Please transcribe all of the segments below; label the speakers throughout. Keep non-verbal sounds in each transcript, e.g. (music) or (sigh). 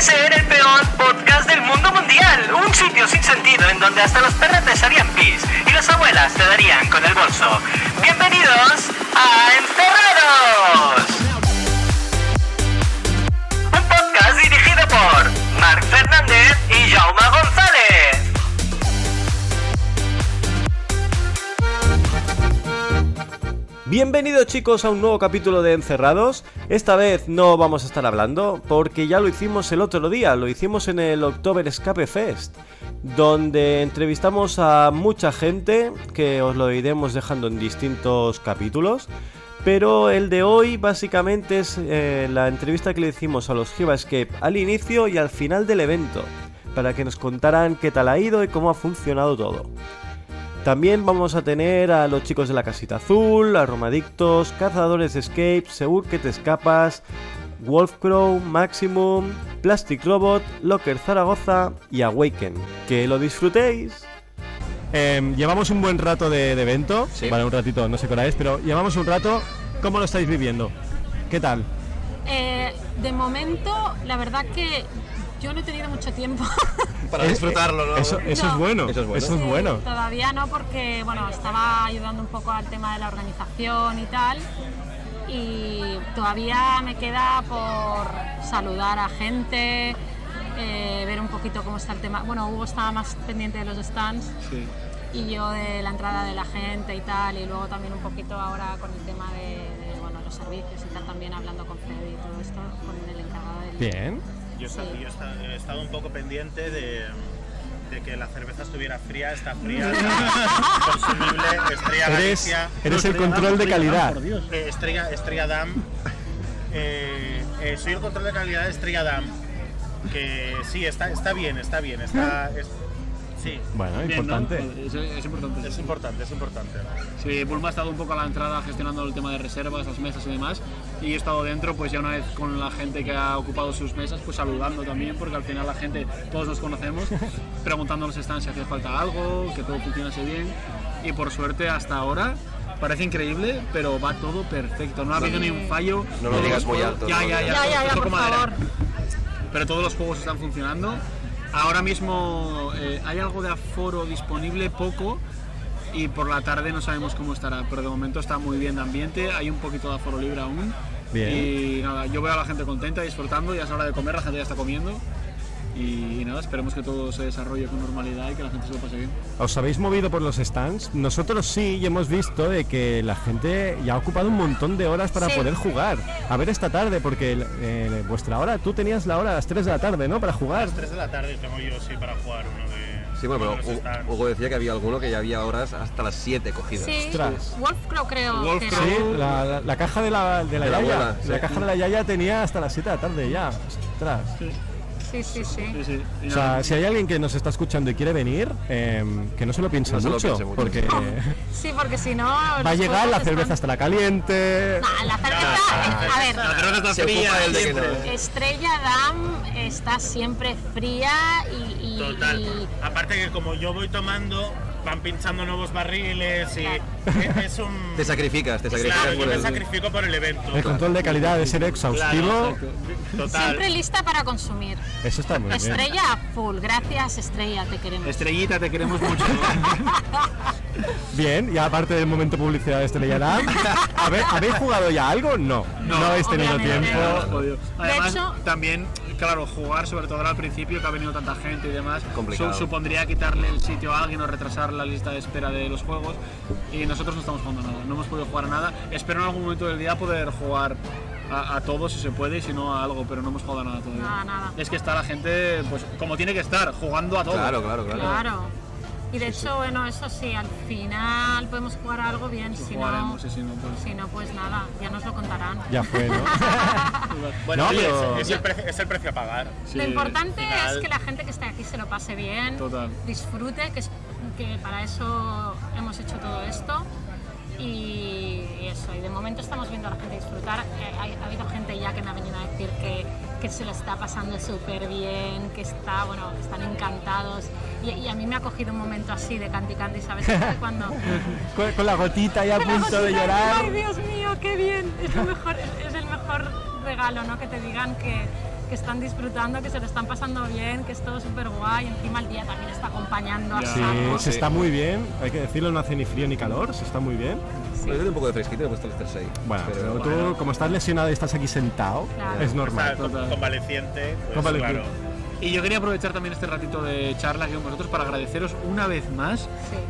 Speaker 1: ser el peor podcast del mundo mundial. Un sitio sin sentido en donde hasta los perretes harían pis y las abuelas te darían con el bolso. Bienvenidos a Encerrados. Un podcast dirigido por Marc Fernández y Jaume González.
Speaker 2: Bienvenidos chicos a un nuevo capítulo de Encerrados. Esta vez no vamos a estar hablando porque ya lo hicimos el otro día, lo hicimos en el October Escape Fest, donde entrevistamos a mucha gente que os lo iremos dejando en distintos capítulos. Pero el de hoy básicamente es eh, la entrevista que le hicimos a los Giva Escape al inicio y al final del evento, para que nos contaran qué tal ha ido y cómo ha funcionado todo. También vamos a tener a los chicos de la casita azul, Aromadictos, Cazadores de Escape, Segur que te escapas, Wolfcrow, Maximum, Plastic Robot, Locker Zaragoza y Awaken. Que lo disfrutéis.
Speaker 3: Eh, llevamos un buen rato de, de evento, vale, un ratito, no sé qué hora es, pero llevamos un rato. ¿Cómo lo estáis viviendo? ¿Qué tal?
Speaker 4: Eh, de momento, la verdad que yo no he tenido mucho tiempo.
Speaker 5: Para
Speaker 3: Eh,
Speaker 5: disfrutarlo, ¿no?
Speaker 3: Eso, eso
Speaker 4: No.
Speaker 3: es bueno,
Speaker 5: (laughs) Eso es
Speaker 4: (laughs)
Speaker 5: bueno.
Speaker 4: Eh, Todavía no, porque bueno, estaba ayudando un poco al tema de la organización y tal. Y todavía me queda por saludar a gente, eh, ver un poquito cómo está el tema. Bueno, Hugo estaba más pendiente de los stands y yo de la entrada de la gente y tal. Y luego también un poquito ahora con el tema de, de, bueno, los servicios y tal, también hablando con Fede y todo esto, con el encargado del.
Speaker 3: Bien.
Speaker 6: Yo, he esta-
Speaker 4: Sí.
Speaker 6: yo he esta- he estado un poco pendiente de, de que la cerveza estuviera fría, está
Speaker 4: (laughs)
Speaker 6: fría, está consumible, estrella
Speaker 3: Eres-
Speaker 6: Galicia.
Speaker 3: eres el control de calidad.
Speaker 6: Eh, estrella, estrella Dam.
Speaker 3: (laughs)
Speaker 6: Eh, eh, soy el control de calidad de Estrella Dam. Que sí, está, está bien, está bien, está. es- sí.
Speaker 3: Bueno,
Speaker 7: Bien, ¿no?
Speaker 3: importante.
Speaker 7: Joder, Es, es importante.
Speaker 6: Es importante, es importante.
Speaker 7: Sí, Bulma ha estado un poco a la entrada gestionando el tema de reservas, las mesas y demás. Y he estado dentro, pues ya una vez con la gente que ha ocupado sus mesas, pues saludando también, porque al final la gente, todos nos conocemos,
Speaker 5: (laughs)
Speaker 7: preguntándonos están si hacía falta algo, que todo funcionase bien. Y por suerte, hasta ahora. Parece increíble, pero va todo perfecto. No ha habido ni un fallo.
Speaker 5: No lo
Speaker 7: Todos
Speaker 5: digas
Speaker 7: los
Speaker 5: muy
Speaker 7: juegos-
Speaker 5: alto,
Speaker 7: Ya,
Speaker 5: no lo
Speaker 7: ya, ya.
Speaker 5: digas.
Speaker 4: Ya, ya, ya,
Speaker 7: toco
Speaker 4: por
Speaker 7: madera
Speaker 4: favor.
Speaker 7: pero todos los juegos están funcionando. Ahora mismo eh, hay algo de aforo disponible, poco, y por la tarde no sabemos cómo estará, pero de momento está muy bien de ambiente, hay un poquito de aforo libre aún.
Speaker 3: Bien.
Speaker 7: Y nada, yo veo a la gente contenta, disfrutando, ya es hora de comer, la gente ya está comiendo. Y, nada, esperemos que todo se desarrolle con normalidad y que la gente se lo pase bien.
Speaker 3: ¿Os habéis movido por los stands? Nosotros sí y hemos visto de que la gente ya ha ocupado un montón de horas para
Speaker 4: Sí.
Speaker 3: poder jugar. A ver esta tarde, porque eh, vuestra hora, tú tenías la hora a las 3 de la tarde, ¿no? Para
Speaker 6: A
Speaker 3: jugar.
Speaker 6: las 3 de la tarde tengo yo sí para jugar uno de.
Speaker 5: Sí, bueno,
Speaker 6: uno de los
Speaker 5: pero Hu-
Speaker 6: stands.
Speaker 5: Hugo decía que había alguno que ya había horas hasta las 7 cogidas.
Speaker 4: Sí,
Speaker 3: Ostras.
Speaker 4: Wolfcrow creo.
Speaker 7: Wolf
Speaker 4: que
Speaker 7: Crow.
Speaker 3: Sí,
Speaker 4: era.
Speaker 3: la, la- la caja de la, de la
Speaker 5: De la
Speaker 3: yaya.
Speaker 5: abuela, sí.
Speaker 3: La caja de la yaya tenía hasta las 7 de la tarde ya. Ostras.
Speaker 4: Sí, sí, sí.
Speaker 7: Sí, sí. Y
Speaker 3: O
Speaker 7: nada,
Speaker 3: sea, si hay alguien que nos está escuchando y quiere venir, em, que no se lo piense,
Speaker 5: No se lo
Speaker 3: mucho,
Speaker 5: piense mucho.
Speaker 3: porque
Speaker 4: Sí, porque si no.
Speaker 3: va a llegar, la cerveza estará caliente.
Speaker 4: Nah, la cerveza. eh, a ver,
Speaker 5: Se ocupa él de que no.
Speaker 4: Estrella Dam está siempre fría y. y-
Speaker 6: Total.
Speaker 4: y-
Speaker 6: Aparte que como yo voy tomando, van pinchando nuevos barriles y
Speaker 3: Claro.
Speaker 6: es un...
Speaker 5: (laughs) Te sacrificas, te sacrificas
Speaker 6: Claro, yo
Speaker 5: por
Speaker 6: me
Speaker 5: el-
Speaker 6: sacrifico por el evento.
Speaker 3: El control de calidad de ser
Speaker 6: Claro,
Speaker 3: exhaustivo,
Speaker 6: Total.
Speaker 4: siempre lista para consumir.
Speaker 3: eso está muy bien.
Speaker 4: Estrella a full. Gracias, Estrella, te queremos.
Speaker 7: Estrellita, te queremos
Speaker 3: (laughs)
Speaker 7: mucho.
Speaker 3: Bien, y aparte del momento publicidad de Estrella
Speaker 5: (laughs)
Speaker 3: Damm, a ver, ¿habéis jugado ya algo? No, no,
Speaker 7: No,
Speaker 3: habéis tenido
Speaker 4: obviamente
Speaker 3: tiempo.
Speaker 7: No, no, no, jodido. Además,
Speaker 4: hecho-
Speaker 7: también, claro, jugar, sobre todo ahora al principio, que ha venido tanta gente y demás,
Speaker 5: Complicado.
Speaker 7: su- supondría quitarle el sitio a alguien o retrasar la lista de espera de los juegos. Y nosotros no estamos jugando nada, no hemos podido jugar a nada. Espero en algún momento del día poder jugar a, a todo si se puede y si no a algo, pero no hemos jugado a nada todavía.
Speaker 4: Nada, nada.
Speaker 7: Es que está la gente, pues como tiene que estar, jugando a todo.
Speaker 5: Claro, claro, claro.
Speaker 4: Claro. Y de hecho, bueno, eso sí, al final podemos jugar a algo bien. Si no,
Speaker 7: Jugaremos, y si no, pues-
Speaker 4: si no, pues nada, ya nos lo contarán.
Speaker 3: Ya fue,
Speaker 5: (laughs)
Speaker 3: ¿no?
Speaker 6: Bueno,
Speaker 3: No,
Speaker 6: oye,
Speaker 3: pero-
Speaker 6: es, es el precio, es el precio a pagar.
Speaker 7: Sí,
Speaker 4: lo importante
Speaker 6: final-
Speaker 4: es que la gente que está aquí se lo pase bien,
Speaker 7: Total.
Speaker 4: disfrute, que, es- que para eso hemos hecho todo esto. Y, y eso, y de momento estamos viendo a la gente disfrutar. Eh, hay- Ha, habido gente ya que me ha venido a decir que, que se lo está pasando súper bien, que está, bueno, que están encantados. Y, y a mí me ha cogido un momento así de candy candy, ¿sabes? Cuando,
Speaker 3: Con, con la gotita ya a
Speaker 4: Con la
Speaker 3: punto de
Speaker 4: cosita,
Speaker 3: llorar.
Speaker 4: Ay, Dios mío, qué bien. Es, lo mejor, es el mejor regalo, ¿no? Que te digan que, que están disfrutando, que se lo están pasando bien, que es todo súper guay. Encima el día también está acompañando a
Speaker 7: Ya.
Speaker 5: Ah,
Speaker 3: Sí,
Speaker 5: pues
Speaker 4: saco.
Speaker 3: se está muy bien, hay que decirlo, no hace ni frío ni calor, se está muy bien.
Speaker 4: Sí.
Speaker 5: Pero tiene un poco de fresquito, me gusta el estar ahí.
Speaker 3: Bueno, pero
Speaker 5: pero
Speaker 3: tú, como estás lesionado y estás aquí sentado,
Speaker 4: Claro.
Speaker 3: es
Speaker 6: Está
Speaker 3: normal.
Speaker 7: total.
Speaker 6: convaleciente, pues
Speaker 3: Convaleciente.
Speaker 6: claro.
Speaker 7: Y yo quería aprovechar también este ratito de charla aquí con vosotros para agradeceros una vez más
Speaker 4: Sí.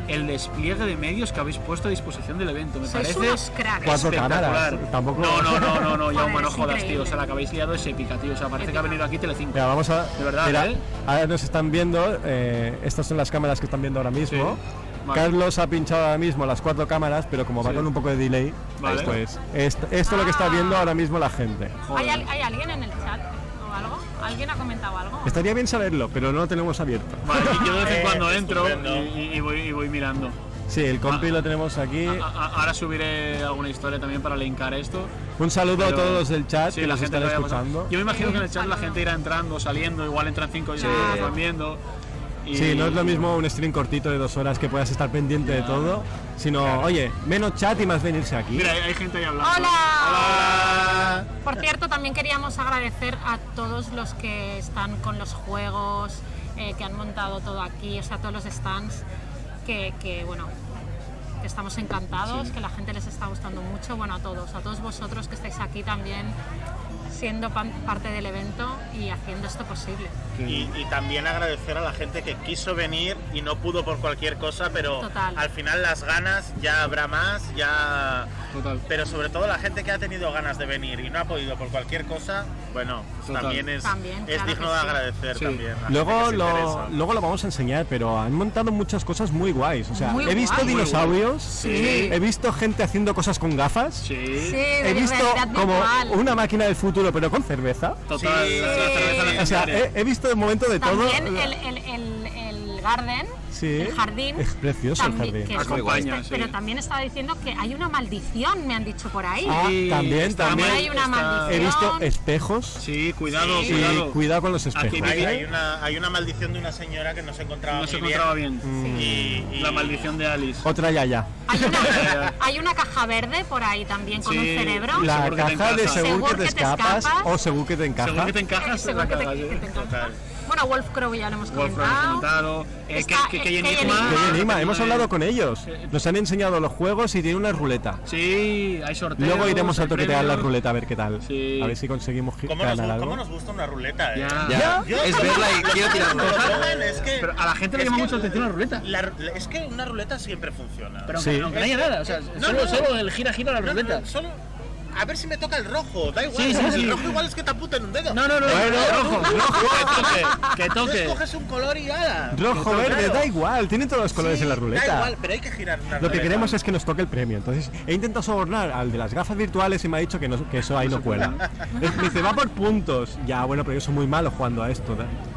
Speaker 7: el despliegue de medios que habéis puesto a disposición del evento. Me
Speaker 4: Sois
Speaker 7: parece
Speaker 4: unos cracks.
Speaker 3: Cuatro
Speaker 7: espectacular.
Speaker 3: cámaras, tampoco-
Speaker 7: No, no, no, no, no, ya
Speaker 4: Joder,
Speaker 7: bueno,
Speaker 4: es
Speaker 7: jodas,
Speaker 4: increíble.
Speaker 7: tío. O sea, la que habéis liado es épica, tío. O sea, parece que ha venido aquí Telecinco.
Speaker 3: Mira, vamos a.
Speaker 7: De verdad,
Speaker 3: mira,
Speaker 7: ¿eh?
Speaker 3: ahora nos están viendo, eh, estas son las cámaras que están viendo ahora mismo.
Speaker 7: Vale.
Speaker 3: Carlos ha pinchado ahora mismo las cuatro cámaras, pero como va
Speaker 7: Sí.
Speaker 3: con un poco de delay,
Speaker 7: Vale.
Speaker 3: pues esto, esto es lo que está viendo ahora mismo la gente.
Speaker 7: Joder.
Speaker 4: ¿Hay, al- hay alguien en el chat o algo? ¿Alguien ha comentado algo?
Speaker 3: Estaría bien saberlo, pero no lo tenemos abierto.
Speaker 7: Vale, y yo de vez en
Speaker 6: Eh,
Speaker 7: cuando entro
Speaker 6: estupendo.
Speaker 7: y, y- y voy, y voy mirando.
Speaker 3: Sí, el
Speaker 7: Ah.
Speaker 3: compi lo tenemos aquí.
Speaker 7: A- a- ahora subiré alguna historia también para linkar esto.
Speaker 3: Un saludo
Speaker 7: pero-
Speaker 3: a todos los del chat
Speaker 7: Sí,
Speaker 3: que nos están
Speaker 7: lo vaya pasando.
Speaker 3: escuchando.
Speaker 7: Yo me imagino que en el chat la gente irá entrando, saliendo, igual entran 5 y
Speaker 5: Sí.
Speaker 7: van viendo. y-
Speaker 3: Sí, no es lo mismo un stream cortito de dos horas que puedas estar pendiente de todo, sino, oye, menos chat y más venirse aquí.
Speaker 7: Mira, hay hay gente ahí hablando.
Speaker 4: ¡Hola!
Speaker 7: ¡Hola!
Speaker 4: Por cierto, también queríamos agradecer a todos los que están con los juegos, eh, que han montado todo aquí, o sea, todos los stands, que, que, bueno, que estamos encantados, que la gente les está gustando mucho, bueno, a todos, a todos vosotros que estáis aquí también siendo pan- parte del evento y haciendo esto posible.
Speaker 6: Y, y también agradecer a la gente que quiso venir y no pudo por cualquier cosa, pero
Speaker 4: Total.
Speaker 6: al final las ganas ya habrá más, ya.
Speaker 7: Total.
Speaker 6: Pero sobre todo la gente que ha tenido ganas de venir y no ha podido por cualquier cosa, bueno,
Speaker 7: Total.
Speaker 6: también es,
Speaker 4: También,
Speaker 6: es
Speaker 4: claro
Speaker 6: digno
Speaker 4: que
Speaker 6: de
Speaker 4: sí.
Speaker 6: agradecer
Speaker 7: Sí.
Speaker 6: también. a la gente
Speaker 3: Luego
Speaker 6: que se
Speaker 3: lo,
Speaker 6: interesa.
Speaker 3: luego lo vamos a enseñar, pero han montado muchas cosas muy guays. O sea,
Speaker 4: Muy
Speaker 3: he visto
Speaker 4: guay.
Speaker 3: dinosaurios,
Speaker 7: Sí.
Speaker 3: he visto gente haciendo cosas con gafas,
Speaker 7: Sí.
Speaker 3: he visto como una máquina del futuro, pero con cerveza.
Speaker 7: Total,
Speaker 6: Sí.
Speaker 7: la cerveza
Speaker 3: O sea, eh,
Speaker 7: legendaria.
Speaker 3: he, he visto de momento de
Speaker 4: También
Speaker 3: todo.
Speaker 4: el, el- el- el garden,
Speaker 3: Sí.
Speaker 4: el jardín.
Speaker 3: Es precioso el
Speaker 4: también-
Speaker 3: jardín.
Speaker 4: que
Speaker 5: Ah,
Speaker 4: es-
Speaker 5: muy guay.
Speaker 4: pero-
Speaker 7: Sí.
Speaker 4: Pero también estaba diciendo que hay una maldición, me han dicho por ahí.
Speaker 3: Ah,
Speaker 7: Sí,
Speaker 3: también,
Speaker 7: está
Speaker 3: también.
Speaker 7: mal,
Speaker 4: Hay una
Speaker 7: está-
Speaker 4: maldición.
Speaker 3: He visto espejos
Speaker 7: Sí, cuidado,
Speaker 3: y
Speaker 7: cuidado.
Speaker 3: cuidado. con los
Speaker 7: Aquí
Speaker 3: espejos.
Speaker 6: Hay,
Speaker 7: vive-
Speaker 6: hay una, hay una maldición de una señora que no se encontraba
Speaker 7: ¿eh? No
Speaker 6: muy
Speaker 7: se
Speaker 6: bien.
Speaker 7: encontraba bien.
Speaker 6: Y, y-
Speaker 7: La maldición de Alice.
Speaker 3: Mm. Otra yaya.
Speaker 4: Hay una, hay una caja verde por ahí también con
Speaker 7: Sí,
Speaker 4: un cerebro.
Speaker 3: La
Speaker 7: seguro que te
Speaker 3: caja de
Speaker 7: encajas.
Speaker 3: según que te escapas o según que te
Speaker 7: Seguro
Speaker 3: encaja.
Speaker 7: que te encajas,
Speaker 4: Seguro
Speaker 7: la
Speaker 4: que te-
Speaker 7: cagas,
Speaker 4: que
Speaker 7: ¿eh?
Speaker 4: te encaja.
Speaker 6: Total.
Speaker 4: Bueno, Wolf Crow ya lo hemos
Speaker 7: Wolfram
Speaker 4: comentado.
Speaker 7: Santaro, eh,
Speaker 4: Está-
Speaker 7: que- que- que hay
Speaker 4: que hay
Speaker 7: enigma.
Speaker 4: enigma.
Speaker 3: Que hay
Speaker 4: Ah,
Speaker 3: enigma,
Speaker 7: Que
Speaker 3: hemos
Speaker 7: tiene-
Speaker 3: hablado con ellos.
Speaker 7: Eh,
Speaker 3: Nos han enseñado los juegos y tiene una ruleta.
Speaker 7: Sí, hay sorteos.
Speaker 3: Luego iremos a
Speaker 7: hay
Speaker 3: toquetear la
Speaker 7: premios.
Speaker 3: ruleta a ver qué tal.
Speaker 7: Sí.
Speaker 3: A ver si conseguimos gi-
Speaker 6: ¿Cómo, nos,
Speaker 3: ganar
Speaker 6: gu-
Speaker 3: algo.
Speaker 6: cómo nos gusta una ruleta? eh?
Speaker 7: Ya.
Speaker 5: Ya, es verla y quiero
Speaker 6: Cuando (laughs) lo
Speaker 5: tirarla.
Speaker 6: pongan, es que-
Speaker 7: Pero a la gente le
Speaker 6: es
Speaker 7: llama
Speaker 6: que
Speaker 7: mucho la atención la ruleta.
Speaker 6: la ru- la- es que una ruleta siempre funciona.
Speaker 7: Pero
Speaker 3: Sí.
Speaker 7: aunque, aunque no haya nada, o sea,
Speaker 6: No,
Speaker 7: solo,
Speaker 6: no.
Speaker 7: solo el gira gira la
Speaker 6: No, no,
Speaker 7: ruleta.
Speaker 6: no, solo. A ver si me toca el rojo, da igual.
Speaker 7: Sí, sí,
Speaker 6: el
Speaker 7: sí.
Speaker 6: rojo igual es que te apunten un dedo.
Speaker 7: No, no, no, rojo,
Speaker 6: Tú
Speaker 7: rojo, que toque, que toque.
Speaker 6: escoges un color y ala.
Speaker 3: Rojo,
Speaker 7: Claro.
Speaker 3: verde, da igual, tienen todos los colores
Speaker 6: Sí,
Speaker 3: en la ruleta.
Speaker 6: Da igual, pero hay que girar una
Speaker 3: Lo que
Speaker 6: ruleta.
Speaker 3: queremos es que nos toque el premio. Entonces, he intentado sobornar al de las gafas virtuales y me ha dicho que, no- que eso ahí no cuela. Me dice, va por puntos. Ya, bueno, pero yo soy muy malo jugando a esto.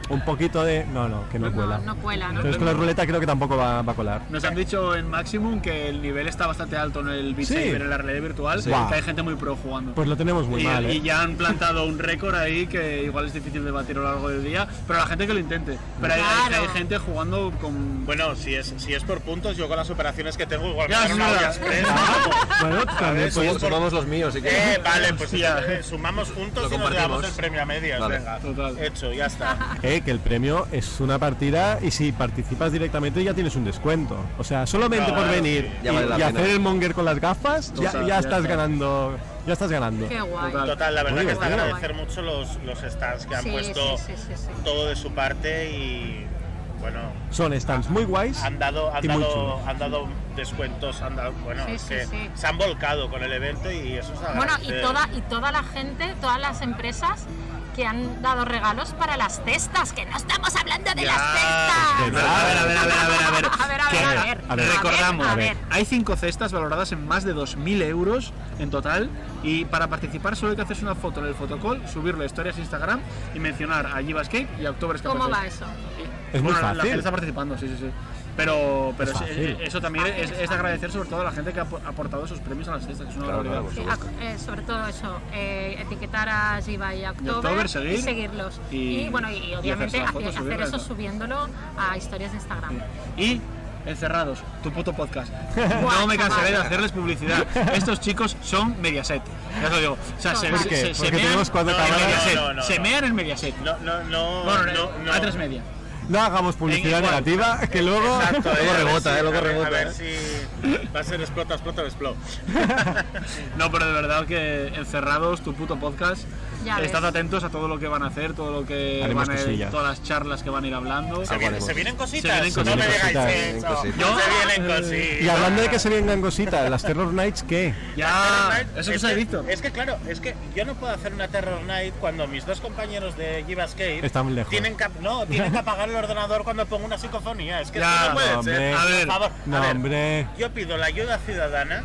Speaker 3: Un poquito de. No, no, que no cuela.
Speaker 4: No, no cuela, ¿no?
Speaker 3: Entonces, con la ruleta creo que tampoco va, va a colar.
Speaker 7: Nos han dicho en Maximum que el nivel está bastante alto en el Beat
Speaker 3: Eh. Sí.
Speaker 7: Saber, en la realidad virtual,
Speaker 3: Sí.
Speaker 7: que
Speaker 3: Guau.
Speaker 7: hay gente muy pro jugando.
Speaker 3: Pues lo tenemos muy
Speaker 7: y,
Speaker 3: mal. ¿eh?
Speaker 7: y ya han plantado un récord ahí que igual es difícil de batir a lo largo del día, pero la gente que lo intente. Pero hay- hay,
Speaker 4: Claro.
Speaker 7: hay gente jugando con...
Speaker 6: Bueno, si es, si es por puntos, yo con las operaciones que tengo, igual me
Speaker 7: Ya,
Speaker 6: dan una
Speaker 7: sí, (laughs)
Speaker 6: olla
Speaker 7: ya.
Speaker 6: express.
Speaker 3: Bueno, también
Speaker 6: ver,
Speaker 3: podemos-
Speaker 5: Somos, somos Pues los míos, así que.
Speaker 6: Eh,
Speaker 5: (laughs)
Speaker 6: vale, pues
Speaker 7: Hostia.
Speaker 6: entonces, sumamos juntos
Speaker 5: Lo
Speaker 6: y nos damos
Speaker 5: compartimos.
Speaker 6: el premio a medias.
Speaker 5: Vale.
Speaker 6: Venga,
Speaker 7: Total.
Speaker 6: hecho, ya está.
Speaker 3: Eh, que el premio es una partida y si participas directamente ya tienes un descuento. O sea, solamente
Speaker 6: Claro,
Speaker 3: por venir
Speaker 6: sí.
Speaker 3: y,
Speaker 5: Ya vale la
Speaker 3: y
Speaker 5: pena.
Speaker 3: hacer el monger con las gafas, ya,
Speaker 7: Total,
Speaker 3: ya
Speaker 7: ya
Speaker 3: estás
Speaker 7: está.
Speaker 3: ganando. Ya estás ganando.
Speaker 4: Qué guay.
Speaker 7: Total.
Speaker 6: Total, la verdad
Speaker 3: Muy
Speaker 6: que es de
Speaker 3: divertido.
Speaker 6: agradecer mucho los, los stands que han
Speaker 4: Sí,
Speaker 6: puesto
Speaker 4: sí, sí, sí, sí.
Speaker 6: todo de su parte y bueno,
Speaker 3: Son stands muy guays.
Speaker 6: han dado, han
Speaker 3: Y muy
Speaker 6: dado,
Speaker 3: chulos.
Speaker 6: han dado descuentos, han dado, bueno,
Speaker 4: Sí,
Speaker 6: es
Speaker 4: sí,
Speaker 6: que
Speaker 4: sí.
Speaker 6: se han volcado con el evento y eso es
Speaker 4: Bueno,
Speaker 6: agradecer.
Speaker 4: y toda, y toda la gente, todas las empresas que han dado regalos para las cestas, que no estamos hablando de
Speaker 6: Ya,
Speaker 4: las
Speaker 6: es
Speaker 4: cestas.
Speaker 6: verdad.
Speaker 7: A ver, a ver, a ver, a ver, a ver.
Speaker 4: (laughs) A ver, a ver,
Speaker 7: Que
Speaker 4: a ver, a ver.
Speaker 7: Recordamos,
Speaker 4: A ver.
Speaker 7: hay cinco cestas valoradas en más de 2.000 euros en total y para participar solo hay que hacerse una foto en el fotocall, subirlo a historias de Instagram y mencionar a Givas Cake y a October Escape
Speaker 4: ¿Cómo
Speaker 7: Fest.
Speaker 4: va eso?
Speaker 3: Es muy
Speaker 7: Bueno, la- La
Speaker 3: fácil.
Speaker 7: gente está participando, sí, sí, sí. Pero, pero
Speaker 3: Es
Speaker 7: sí, eh,
Speaker 3: fácil.
Speaker 7: eso también
Speaker 4: Es fácil, es
Speaker 7: es, es de
Speaker 4: fácil.
Speaker 7: agradecer sobre todo a la gente que ha ap- aportado sus premios a las cestas, que es una
Speaker 5: Claro,
Speaker 7: barbaridad.
Speaker 5: claro,
Speaker 4: Sí, ac- eh, sobre todo eso, eh, etiquetar a Jiva y a October,
Speaker 7: October, seguir,
Speaker 4: y seguirlos.
Speaker 7: y-
Speaker 4: Y, bueno, y,
Speaker 7: y
Speaker 4: obviamente
Speaker 7: hacerse la
Speaker 4: hace-
Speaker 7: foto,
Speaker 4: hacer,
Speaker 7: subirla y
Speaker 4: eso
Speaker 7: tal.
Speaker 4: subiéndolo a historias de Instagram.
Speaker 7: Y encerrados, tu puto (laughs) podcast.
Speaker 4: Guau,
Speaker 7: No me cansaré de
Speaker 4: chaval.
Speaker 7: hacerles (laughs) publicidad. Estos chicos son Mediaset. Ya os lo digo. O sea, se,
Speaker 4: ¿Por
Speaker 7: se-
Speaker 3: qué?
Speaker 7: se- se
Speaker 3: Porque
Speaker 7: mean
Speaker 3: tenemos cuatro
Speaker 7: en
Speaker 3: cámaras.
Speaker 7: Mediaset.
Speaker 6: No, no, no,
Speaker 7: se
Speaker 6: no.
Speaker 7: mean en Mediaset.
Speaker 6: No, no, no.
Speaker 7: Bueno,
Speaker 6: no, no.
Speaker 7: a tres media.
Speaker 3: No hagamos publicidad
Speaker 7: En igual.
Speaker 3: negativa, que (laughs) luego.
Speaker 6: ah. Exacto, eh,
Speaker 5: Luego
Speaker 6: a ver
Speaker 5: rebota,
Speaker 6: si-
Speaker 5: eh, luego
Speaker 6: a ver-
Speaker 5: rebota,
Speaker 6: A ver
Speaker 5: eh.
Speaker 6: si va a ser explota, explota o explota.
Speaker 7: No, pero de verdad que encerrados, tu puto podcast.
Speaker 4: Ya
Speaker 7: Estad
Speaker 4: ves.
Speaker 7: atentos a todo lo que van a hacer, todo lo que
Speaker 3: Haremos
Speaker 7: van a ir,
Speaker 3: cosillas.
Speaker 7: todas las charlas que van a ir hablando.
Speaker 6: Se, vienen-
Speaker 5: haremos.
Speaker 6: se vienen cositas.
Speaker 7: Ah, Se vienen
Speaker 6: no me
Speaker 7: cositas.
Speaker 6: digáis
Speaker 3: Se
Speaker 5: vienen
Speaker 6: eso.
Speaker 5: cositas.
Speaker 7: Yo-
Speaker 6: se vienen cositas.
Speaker 3: Y hablando de que se vengan cositas, las Terror Nights, ¿qué?
Speaker 7: Ya,
Speaker 6: Terror Night,
Speaker 7: Ah, eso que
Speaker 6: Este es
Speaker 7: se ha
Speaker 6: que-
Speaker 7: visto.
Speaker 6: Es que claro, es que yo no puedo hacer una Terror Night cuando mis dos compañeros de Give Us Cave
Speaker 3: Están lejos.
Speaker 6: Tienen que, no, tienen que apagar el ordenador cuando pongo una psicofonía. Es que
Speaker 7: Ya,
Speaker 6: esto no puede
Speaker 3: no, hombre.
Speaker 6: ser.
Speaker 7: A ver.
Speaker 6: Por favor,
Speaker 3: No,
Speaker 6: a ver,
Speaker 3: hombre.
Speaker 6: Yo pido la ayuda ciudadana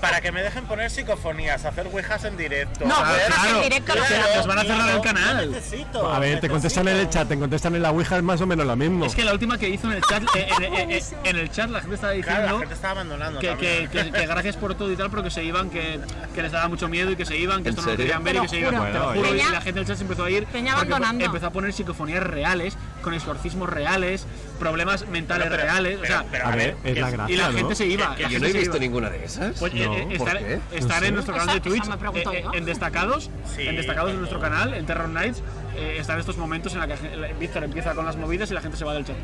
Speaker 6: para que me dejen poner psicofonías, hacer ouijas en directo.
Speaker 4: No,
Speaker 7: Ah,
Speaker 4: pero
Speaker 7: claro.
Speaker 4: en directo no
Speaker 7: Claro,
Speaker 4: se
Speaker 7: nos
Speaker 4: hace.
Speaker 6: Claro,
Speaker 7: van a cerrar
Speaker 6: no,
Speaker 7: el canal.
Speaker 6: no necesito,
Speaker 3: A ver, te
Speaker 6: necesito.
Speaker 3: contestan en el chat, te contestan en la Ouija, es más o menos lo mismo.
Speaker 7: Es que la última que hizo en el chat, eh, en, eh, eh, en el chat la gente estaba
Speaker 6: Claro, la
Speaker 7: diciendo
Speaker 6: gente está abandonando.
Speaker 7: que, que-
Speaker 6: también.
Speaker 7: que- que gracias por todo y tal, pero que se iban, que, que les daba mucho miedo y que se iban, que
Speaker 5: ¿En
Speaker 7: esto no lo
Speaker 5: serio?
Speaker 7: querían ver
Speaker 4: Te
Speaker 7: y
Speaker 4: lo
Speaker 7: que se iban.
Speaker 4: juro.
Speaker 7: Te lo
Speaker 3: Bueno,
Speaker 7: juro, y
Speaker 4: Peña-
Speaker 7: la gente del chat se empezó a ir.
Speaker 4: Peña
Speaker 7: porque
Speaker 4: abandonando.
Speaker 7: Empezó a poner psicofonías reales, con exorcismos reales, problemas mentales
Speaker 6: Pero, pero,
Speaker 7: reales.
Speaker 6: pero,
Speaker 7: ¿eh? o sea,
Speaker 6: pero,
Speaker 3: a ver, es
Speaker 6: que-
Speaker 3: la gracia.
Speaker 7: y la
Speaker 3: ¿no?
Speaker 7: gente se iba.
Speaker 6: Que-
Speaker 7: la
Speaker 6: que
Speaker 7: gente
Speaker 5: Yo no he
Speaker 7: se
Speaker 5: visto
Speaker 7: iba.
Speaker 5: ninguna de esas.
Speaker 7: Pues, eh,
Speaker 3: No,
Speaker 7: eh,
Speaker 5: ¿por
Speaker 7: estar,
Speaker 5: qué?
Speaker 7: estar
Speaker 3: No sé.
Speaker 7: en nuestro canal de
Speaker 4: Esa- esa
Speaker 7: Twitch,
Speaker 4: me he preguntado
Speaker 7: eh, eh,
Speaker 4: yo.
Speaker 7: en destacados,
Speaker 6: Sí,
Speaker 7: en destacados de
Speaker 6: pero-
Speaker 7: nuestro canal, en Terror Nights, eh, están estos momentos en los que la gen- la- Víctor empieza con las movidas y la gente se va del chat.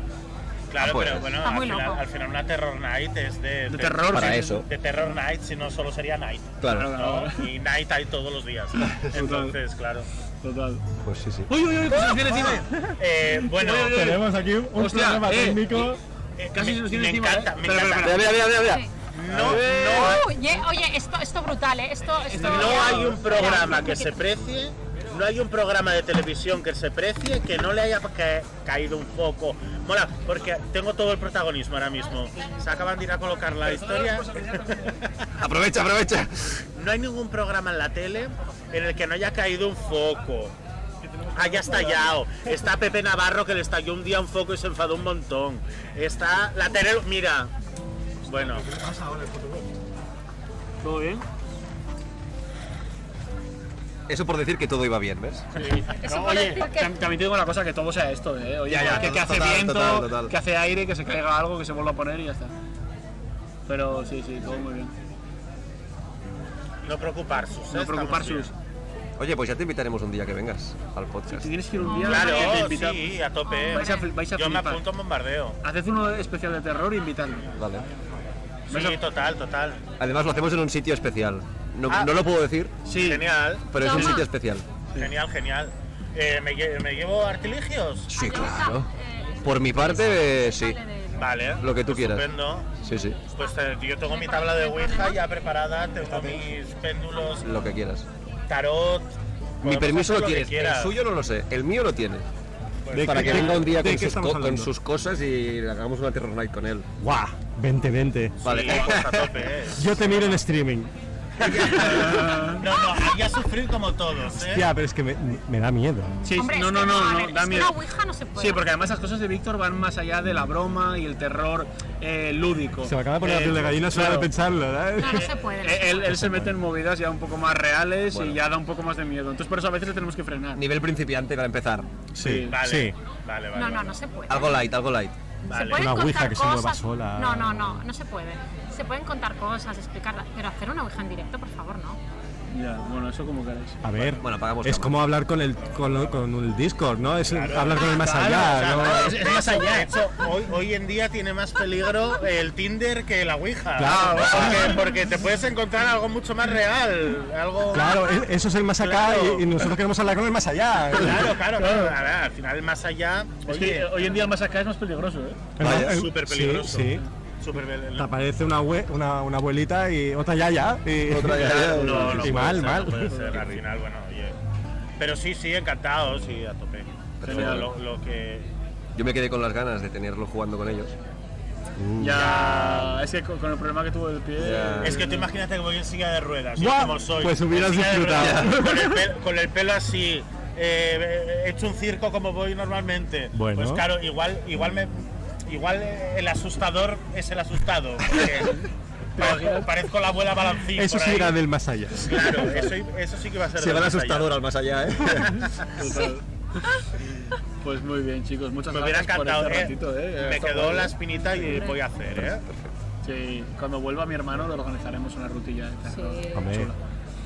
Speaker 6: Claro,
Speaker 5: Ah, pues.
Speaker 6: pero bueno,
Speaker 4: Está
Speaker 6: al
Speaker 4: muy
Speaker 6: final,
Speaker 4: loco.
Speaker 6: al final una Terror Night es de,
Speaker 7: De terror, eh,
Speaker 5: Para
Speaker 7: sí, sí,
Speaker 5: eso.
Speaker 6: De Terror Night, si no solo sería Night.
Speaker 5: Claro.
Speaker 6: ¿no? Y Night hay todos los
Speaker 7: (laughs)
Speaker 6: días. Entonces, claro.
Speaker 7: sí, Total.
Speaker 5: Pues sí, sí.
Speaker 7: ¡Uy, uy, uy! que se nos viene
Speaker 5: (laughs)
Speaker 7: encima!
Speaker 6: Eh, bueno,
Speaker 7: Uy, uy, uy.
Speaker 3: Tenemos aquí un
Speaker 7: Hostia,
Speaker 3: problema
Speaker 7: eh.
Speaker 3: técnico.
Speaker 6: eh,
Speaker 7: Casi
Speaker 6: me-
Speaker 7: se nos viene
Speaker 6: me
Speaker 7: encima.
Speaker 6: encanta,
Speaker 7: eh.
Speaker 6: me
Speaker 7: Espera, espera,
Speaker 6: encanta.
Speaker 5: Mira, mira, mira, mira, mira.
Speaker 4: Sí.
Speaker 6: No, no,
Speaker 4: Oye, oye, esto, esto brutal, ¿eh? Esto, esto...
Speaker 6: no hay un programa que se precie, no hay un programa de televisión que se precie que no le haya ca- caído un foco. Mola, porque tengo todo el protagonismo ahora mismo. Se acaban de ir a colocar la historia. (laughs)
Speaker 5: Aprovecha, aprovecha.
Speaker 6: No hay ningún programa en la tele en el que no haya caído un foco. Ah, Haya estallado. Está Pepe Navarro que le estalló un día un foco y se enfadó un montón. Está la tele. Mira. Bueno,
Speaker 7: espera. ¿Todo bien?
Speaker 5: Eso por decir que todo iba bien, ¿ves?
Speaker 4: Eso
Speaker 7: No,
Speaker 4: por
Speaker 7: oye,
Speaker 4: decir que-
Speaker 7: tam- también tengo la cosa que todo sea esto, ¿eh? Oye,
Speaker 5: Ya, ya,
Speaker 7: que, que hace
Speaker 5: total,
Speaker 7: viento,
Speaker 5: total, total.
Speaker 7: que hace aire, que se caiga algo, que se vuelva a poner y ya está. Pero sí, sí, todo muy bien.
Speaker 6: no preocuparse. ¿eh?
Speaker 7: No
Speaker 6: Estamos
Speaker 7: preocuparse.
Speaker 6: bien.
Speaker 5: Oye, pues ya te invitaremos un día que vengas al
Speaker 7: Si
Speaker 5: podcast.
Speaker 7: tienes que ir un día, te
Speaker 6: Claro,
Speaker 7: invita-
Speaker 6: sí, a tope.
Speaker 7: Eh, Vais a fli- vais a
Speaker 6: Yo me
Speaker 7: flipar.
Speaker 6: apunto a un bombardeo.
Speaker 7: Haced uno especial de terror e invitadme.
Speaker 5: Vale.
Speaker 7: (laughs) Vais
Speaker 6: Sí,
Speaker 7: a-
Speaker 6: total, total.
Speaker 5: Además, lo hacemos en un sitio especial. No,
Speaker 6: Ah.
Speaker 5: no lo puedo decir,
Speaker 7: Sí,
Speaker 6: Genial,
Speaker 5: pero es un
Speaker 4: Toma.
Speaker 5: sitio especial.
Speaker 6: genial, genial. Eh, ¿me, lle- me llevo artiligios?
Speaker 5: Sí,
Speaker 4: Adiós,
Speaker 5: claro.
Speaker 4: eh,
Speaker 5: Por mi parte, eh, sí.
Speaker 4: sale de-
Speaker 6: Vale.
Speaker 5: Lo que tú quieras.
Speaker 6: Estupendo.
Speaker 5: Sí, sí.
Speaker 6: Pues eh, yo tengo mi tabla de Ouija ya preparada, tengo mis péndulos,
Speaker 5: Lo que quieras.
Speaker 6: tarot.
Speaker 5: Mi
Speaker 6: podemos
Speaker 5: permiso
Speaker 3: pues
Speaker 6: hacer
Speaker 5: lo tienes.
Speaker 6: que
Speaker 5: el
Speaker 6: quieras.
Speaker 5: suyo no lo sé. El mío lo tiene.
Speaker 6: Pues
Speaker 3: ¿De
Speaker 5: Para
Speaker 3: qué-
Speaker 5: que venga un día
Speaker 3: de qué
Speaker 5: con sus,
Speaker 3: estamos
Speaker 5: co- con
Speaker 3: hablando?
Speaker 5: sus cosas y hagamos una Terror Night con él.
Speaker 3: ¡Guau! 2020.
Speaker 5: Vale.
Speaker 6: Sí, vamos a tope, eh.
Speaker 3: Yo te miro en streaming.
Speaker 6: No, no, hay a sufrir como todos, ¿eh?
Speaker 3: Ya, pero es que me, me da miedo.
Speaker 7: sí,
Speaker 4: Hombre,
Speaker 7: no,
Speaker 4: es
Speaker 7: no,
Speaker 4: que
Speaker 7: no,
Speaker 4: a
Speaker 7: no,
Speaker 4: ver, es
Speaker 7: da
Speaker 4: que
Speaker 7: miedo.
Speaker 4: una ouija no se puede.
Speaker 7: Sí, porque además las cosas de Víctor van más allá de la broma y el terror eh, lúdico.
Speaker 3: Se me acaba de poner la
Speaker 7: Eh,
Speaker 3: piel de gallina solo
Speaker 7: claro.
Speaker 3: de pensarlo, ¿verdad?
Speaker 4: No, no se puede. no se
Speaker 7: Eh, Él, él se mete en movidas ya un poco más reales y ya da un poco más de miedo. Entonces por eso a veces le tenemos que frenar.
Speaker 5: Nivel principiante para empezar.
Speaker 7: Sí.
Speaker 6: Vale,
Speaker 3: Sí.
Speaker 4: puede.
Speaker 6: vale, vale.
Speaker 4: No, no,
Speaker 6: vale.
Speaker 4: no se puede.
Speaker 5: Algo light, algo light.
Speaker 4: Se
Speaker 6: Vale.
Speaker 4: pueden
Speaker 3: Una
Speaker 4: contar
Speaker 3: ouija que se mueva
Speaker 4: cosas-
Speaker 3: sola.
Speaker 4: No, no, no, no se puede. Se pueden contar cosas, explicarlas, pero hacer una ouija en directo, por favor, no.
Speaker 7: Ya, bueno, eso como queráis.
Speaker 3: A ver,
Speaker 5: Bueno, apagamos
Speaker 3: es
Speaker 5: cámara.
Speaker 3: como hablar con el, con, lo- con el Discord, ¿no? Es hablar con el más allá,
Speaker 6: Claro,
Speaker 3: ¿no?
Speaker 6: o sea, es más allá. De hecho, hoy, hoy en día tiene más peligro el Tinder que la Ouija.
Speaker 3: Claro.
Speaker 6: porque, porque te puedes encontrar algo mucho más real. Algo.
Speaker 3: Claro, e- eso es el más acá
Speaker 6: Claro.
Speaker 3: y, y nosotros queremos hablar con el más allá.
Speaker 6: Claro, claro, claro. A ver, al final, más allá.
Speaker 7: Es que, eh,
Speaker 6: Oye,
Speaker 7: hoy en día el más acá es más peligroso, ¿eh?
Speaker 5: Vaya,
Speaker 3: Eh,
Speaker 6: súper peligroso.
Speaker 3: Sí, sí.
Speaker 6: súper
Speaker 3: Te
Speaker 6: peligro.
Speaker 3: aparece una, abue- una, una abuelita y otra yaya. Y,
Speaker 5: Otra yaya.
Speaker 6: No, no
Speaker 3: y
Speaker 6: puede
Speaker 3: mal,
Speaker 6: ser, no
Speaker 3: mal.
Speaker 6: puede ser, al final, bueno, oye. Pero sí, sí, encantado, sí, a tope. Pero
Speaker 5: Genial.
Speaker 6: lo, lo que.
Speaker 5: Yo me quedé con las ganas de tenerlo jugando con ellos.
Speaker 7: Ya, es que con, con el problema que tuvo el pie.
Speaker 5: Ya.
Speaker 6: Es que tú imagínate que voy en silla de ruedas,
Speaker 3: Guau,
Speaker 6: y como soy.
Speaker 3: pues
Speaker 6: en
Speaker 3: hubieras
Speaker 6: silla de
Speaker 3: disfrutado. (laughs)
Speaker 6: ruedas, Con el, pelo, con el pelo así, eh, hecho un circo como voy normalmente.
Speaker 3: Bueno.
Speaker 6: Pues claro, igual, igual me. Igual eh, el asustador es el asustado. porque
Speaker 3: (laughs)
Speaker 6: parezco, parezco la abuela
Speaker 3: (laughs)
Speaker 6: Balancín.
Speaker 3: Eso
Speaker 6: por
Speaker 3: sí
Speaker 6: ahí.
Speaker 3: era del más allá.
Speaker 6: Claro, eso, eso sí que va a ser. de
Speaker 5: Se va el
Speaker 6: más allá.
Speaker 5: asustador al más allá, ¿eh?
Speaker 7: Pues muy bien, chicos. Muchas
Speaker 6: Me hubiera
Speaker 7: gracias por
Speaker 6: encantado,
Speaker 7: este
Speaker 6: eh.
Speaker 7: ratito, eh.
Speaker 6: Me
Speaker 7: Está
Speaker 6: quedó
Speaker 7: guay,
Speaker 6: la
Speaker 7: eh.
Speaker 6: espinita y voy a hacer, ¿eh?
Speaker 7: Sí, cuando vuelva mi hermano, le organizaremos una rutilla de terror.
Speaker 4: Sí.
Speaker 3: Hombre,
Speaker 7: Chula.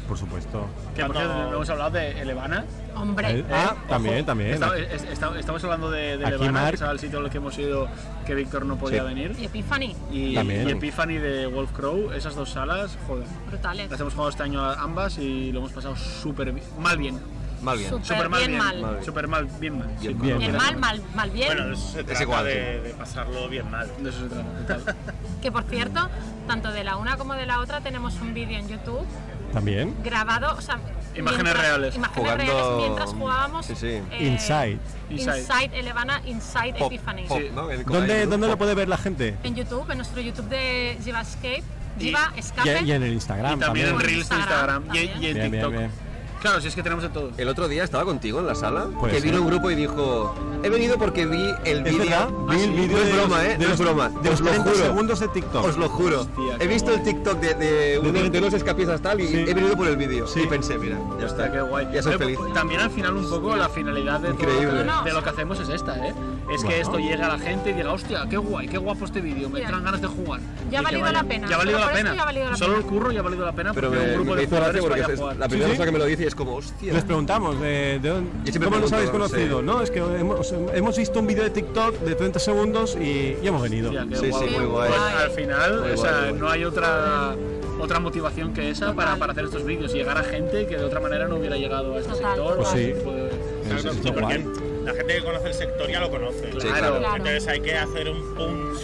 Speaker 3: por supuesto.
Speaker 7: Que por cierto, no hemos hablado de Elevana.
Speaker 4: Hombre,
Speaker 3: Eh, Ah, también,
Speaker 7: Ojo,
Speaker 3: también.
Speaker 7: esta- es- esta- estamos hablando de, de
Speaker 3: Aquí
Speaker 7: Elevana,
Speaker 3: Marc.
Speaker 7: que es al sitio al que hemos ido que Víctor no podía
Speaker 5: Sí.
Speaker 7: venir.
Speaker 4: y Epiphany,
Speaker 7: Y,
Speaker 3: También.
Speaker 7: y Epiphany de Wolf Crow, esas dos salas, joder.
Speaker 4: brutales.
Speaker 7: Las hemos jugado este año a ambas y lo hemos pasado súper bien. Mal bien.
Speaker 5: Mal bien.
Speaker 4: Súper
Speaker 7: Súper mal
Speaker 4: bien,
Speaker 7: bien.
Speaker 4: mal.
Speaker 7: Súper mal, bien mal. sí,
Speaker 5: Bien
Speaker 7: como
Speaker 5: mal.
Speaker 7: quieras.
Speaker 4: Bien mal, mal, mal bien.
Speaker 6: Bueno, eso se trata
Speaker 5: igual,
Speaker 6: de, de pasarlo bien mal.
Speaker 7: De eso se trata, total.
Speaker 4: Que por cierto, tanto de la una como de la otra tenemos un vídeo en YouTube
Speaker 3: También.
Speaker 4: grabado, o sea,
Speaker 7: Imágenes reales.
Speaker 4: Imágenes
Speaker 5: Jugando-
Speaker 4: reales mientras jugábamos eh,
Speaker 5: Sí, sí.
Speaker 3: Inside.
Speaker 7: Inside.
Speaker 4: Inside. Elevana, Inside
Speaker 5: Pop,
Speaker 4: Epiphany.
Speaker 5: pop, ¿no? El- con
Speaker 3: ¿Dónde,
Speaker 5: el
Speaker 3: ¿dónde
Speaker 5: grupo.
Speaker 3: lo puede ver la gente?
Speaker 4: En YouTube, en nuestro YouTube de Jiva Escape,
Speaker 7: Y-
Speaker 4: Jiva
Speaker 3: Y,
Speaker 4: Escape.
Speaker 3: y en el
Speaker 7: Y
Speaker 3: Instagram.
Speaker 7: también en
Speaker 4: Por
Speaker 7: Reels de
Speaker 4: Instagram
Speaker 7: Instagram y, y
Speaker 3: Bien,
Speaker 7: en
Speaker 3: bien,
Speaker 7: TikTok.
Speaker 3: bien.
Speaker 7: Claro, si es que tenemos de todo.
Speaker 5: El otro día estaba contigo en la sala,
Speaker 3: Pues
Speaker 5: que
Speaker 3: sí.
Speaker 5: vino un grupo y dijo, he venido porque vi el
Speaker 3: Es verdad,
Speaker 5: vídeo. Ah,
Speaker 3: vi el
Speaker 5: No
Speaker 3: vídeo
Speaker 5: es
Speaker 3: de
Speaker 5: broma,
Speaker 3: los-
Speaker 5: ¿eh?
Speaker 3: de
Speaker 5: no
Speaker 3: los-
Speaker 5: es broma.
Speaker 3: de
Speaker 5: os
Speaker 3: los
Speaker 5: lo
Speaker 3: 30
Speaker 5: juro.
Speaker 3: segundos de TikTok.
Speaker 5: Os lo juro.
Speaker 7: Hostia, qué
Speaker 5: He visto el TikTok de, de, unos, de unos escapistas tal y
Speaker 3: Sí.
Speaker 5: he venido por el vídeo.
Speaker 3: Sí.
Speaker 5: Y pensé, mira, ya
Speaker 7: Hostia,
Speaker 5: está.
Speaker 7: qué guay.
Speaker 5: Ya soy
Speaker 7: Pero,
Speaker 5: feliz.
Speaker 7: También al final un poco la finalidad de, todo lo que-
Speaker 5: Increíble.
Speaker 4: No, no,
Speaker 7: de lo que hacemos es esta, ¿eh? Es que esto llegue a la gente y diga, hostia, qué guay, qué guapo este vídeo, me
Speaker 4: Ya.
Speaker 7: entran ganas de
Speaker 4: Ya
Speaker 7: jugar. Y
Speaker 4: ha
Speaker 7: que
Speaker 4: valido
Speaker 7: vaya.
Speaker 4: la pena.
Speaker 7: Ya ha valido
Speaker 4: Solo
Speaker 7: la
Speaker 4: por esto
Speaker 7: pena.
Speaker 4: ya ha valido la
Speaker 7: Solo
Speaker 4: pena.
Speaker 7: el curro ya ha valido la pena
Speaker 5: Pero
Speaker 7: porque
Speaker 5: me,
Speaker 7: un grupo
Speaker 5: me
Speaker 7: de
Speaker 5: hizo gracia
Speaker 7: jugadores
Speaker 5: porque
Speaker 7: vaya a
Speaker 5: es-
Speaker 7: jugar.
Speaker 5: la primera
Speaker 3: Sí, sí.
Speaker 5: cosa que me lo dice y es como, hostia.
Speaker 3: Les preguntamos, eh, de, de dónde-
Speaker 5: Yo siempre
Speaker 3: ¿cómo nos
Speaker 5: pregunto,
Speaker 3: habéis
Speaker 5: no sé.
Speaker 3: conocido? No, es que hemos, hemos visto un vídeo de TikTok de 30 segundos y, y hemos venido.
Speaker 7: Hostia, qué
Speaker 5: Sí,
Speaker 7: guapo.
Speaker 5: sí, muy
Speaker 4: Qué
Speaker 5: guay.
Speaker 4: guay.
Speaker 7: Al final,
Speaker 5: Muy
Speaker 7: o sea,
Speaker 5: guay, muy guay.
Speaker 7: no hay otra otra motivación que esa para, para hacer estos vídeos, llegar a gente que de otra manera no hubiera llegado a este
Speaker 4: Total,
Speaker 7: sector.
Speaker 4: Pues
Speaker 7: o a
Speaker 3: sí.
Speaker 7: este tipo de-
Speaker 3: Eso
Speaker 6: Claro,
Speaker 3: está
Speaker 6: porque
Speaker 3: guay.
Speaker 6: la gente que conoce el sector ya lo conoce.
Speaker 5: Sí, claro.
Speaker 4: Claro.
Speaker 6: Entonces hay que hacer un punch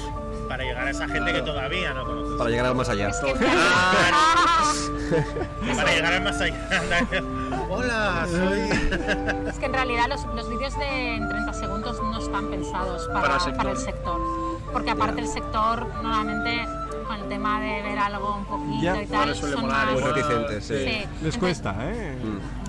Speaker 6: para llegar a esa gente que todavía no conoce.
Speaker 5: Para llegar al más allá.
Speaker 6: Para llegar al más allá. (laughs) Hola, soy.
Speaker 4: Es que en realidad los, los vídeos de en 30 segundos no están pensados para,
Speaker 7: Para
Speaker 4: para
Speaker 7: el
Speaker 4: el,
Speaker 7: sector.
Speaker 4: sector. Porque aparte el sector normalmente con el tema de ver algo un poquito
Speaker 3: Ya.
Speaker 4: y
Speaker 7: Ahora
Speaker 4: tal
Speaker 7: suele
Speaker 4: son
Speaker 7: molar,
Speaker 4: más...
Speaker 5: Muy
Speaker 7: igual,
Speaker 5: reticentes, sí.
Speaker 4: Sí.
Speaker 3: Les
Speaker 4: Entonces,
Speaker 3: cuesta, ¿eh?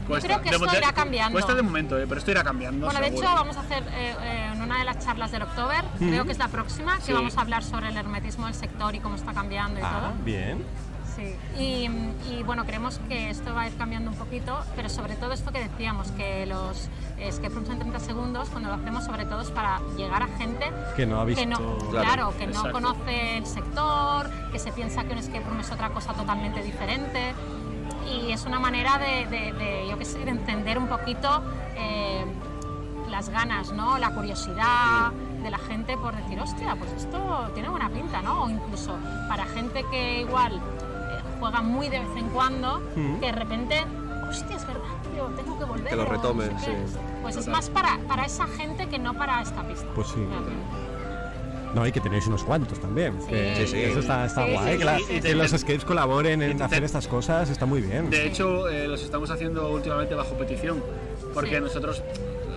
Speaker 7: Cuesta.
Speaker 4: creo que
Speaker 7: De
Speaker 4: esto
Speaker 7: momento-
Speaker 4: irá cambiando.
Speaker 7: Cuesta de momento, eh, pero esto irá cambiando.
Speaker 4: Bueno, de hecho
Speaker 7: seguro.
Speaker 4: vamos a hacer eh, eh, en una de las charlas del October, creo que es la próxima, que
Speaker 7: Sí.
Speaker 4: vamos a hablar sobre el hermetismo del sector y cómo está cambiando y
Speaker 3: Ah, bien.
Speaker 4: todo. Sí. Y, mm, y, bueno, creemos que esto va a ir cambiando un poquito, pero sobre todo esto que decíamos, que los eh, escape rooms en 30 segundos, cuando lo hacemos sobre todo es para llegar a gente
Speaker 3: Que no ha visto.
Speaker 4: que no, claro, que
Speaker 7: Exacto.
Speaker 4: no conoce el sector, que se piensa que un escape room es otra cosa totalmente diferente. Y es una manera de, de- de, yo qué sé, de entender un poquito eh, las ganas, ¿no? La curiosidad de la gente por decir, hostia, pues esto tiene buena pinta, ¿no? O incluso para gente que igual eh, juega muy de vez en cuando, que de repente, hostia, es verdad, tío, tengo que volver.
Speaker 5: Que lo
Speaker 4: o no sé
Speaker 5: retome,
Speaker 4: qué".
Speaker 5: sí.
Speaker 4: Pues es
Speaker 7: Total.
Speaker 4: más para, para esa gente que no para esta pista.
Speaker 3: Pues sí.
Speaker 4: Realmente.
Speaker 3: No, y que tenéis unos cuantos también. que-
Speaker 5: Sí, sí.
Speaker 3: Eso está, está
Speaker 4: Sí,
Speaker 3: guay.
Speaker 4: sí,
Speaker 3: que, la-
Speaker 7: sí, sí.
Speaker 3: que los escapes colaboren en
Speaker 7: Te-
Speaker 3: hacer estas cosas, está muy bien.
Speaker 7: De hecho, eh, los estamos haciendo últimamente bajo petición, porque
Speaker 4: Sí.
Speaker 7: nosotros,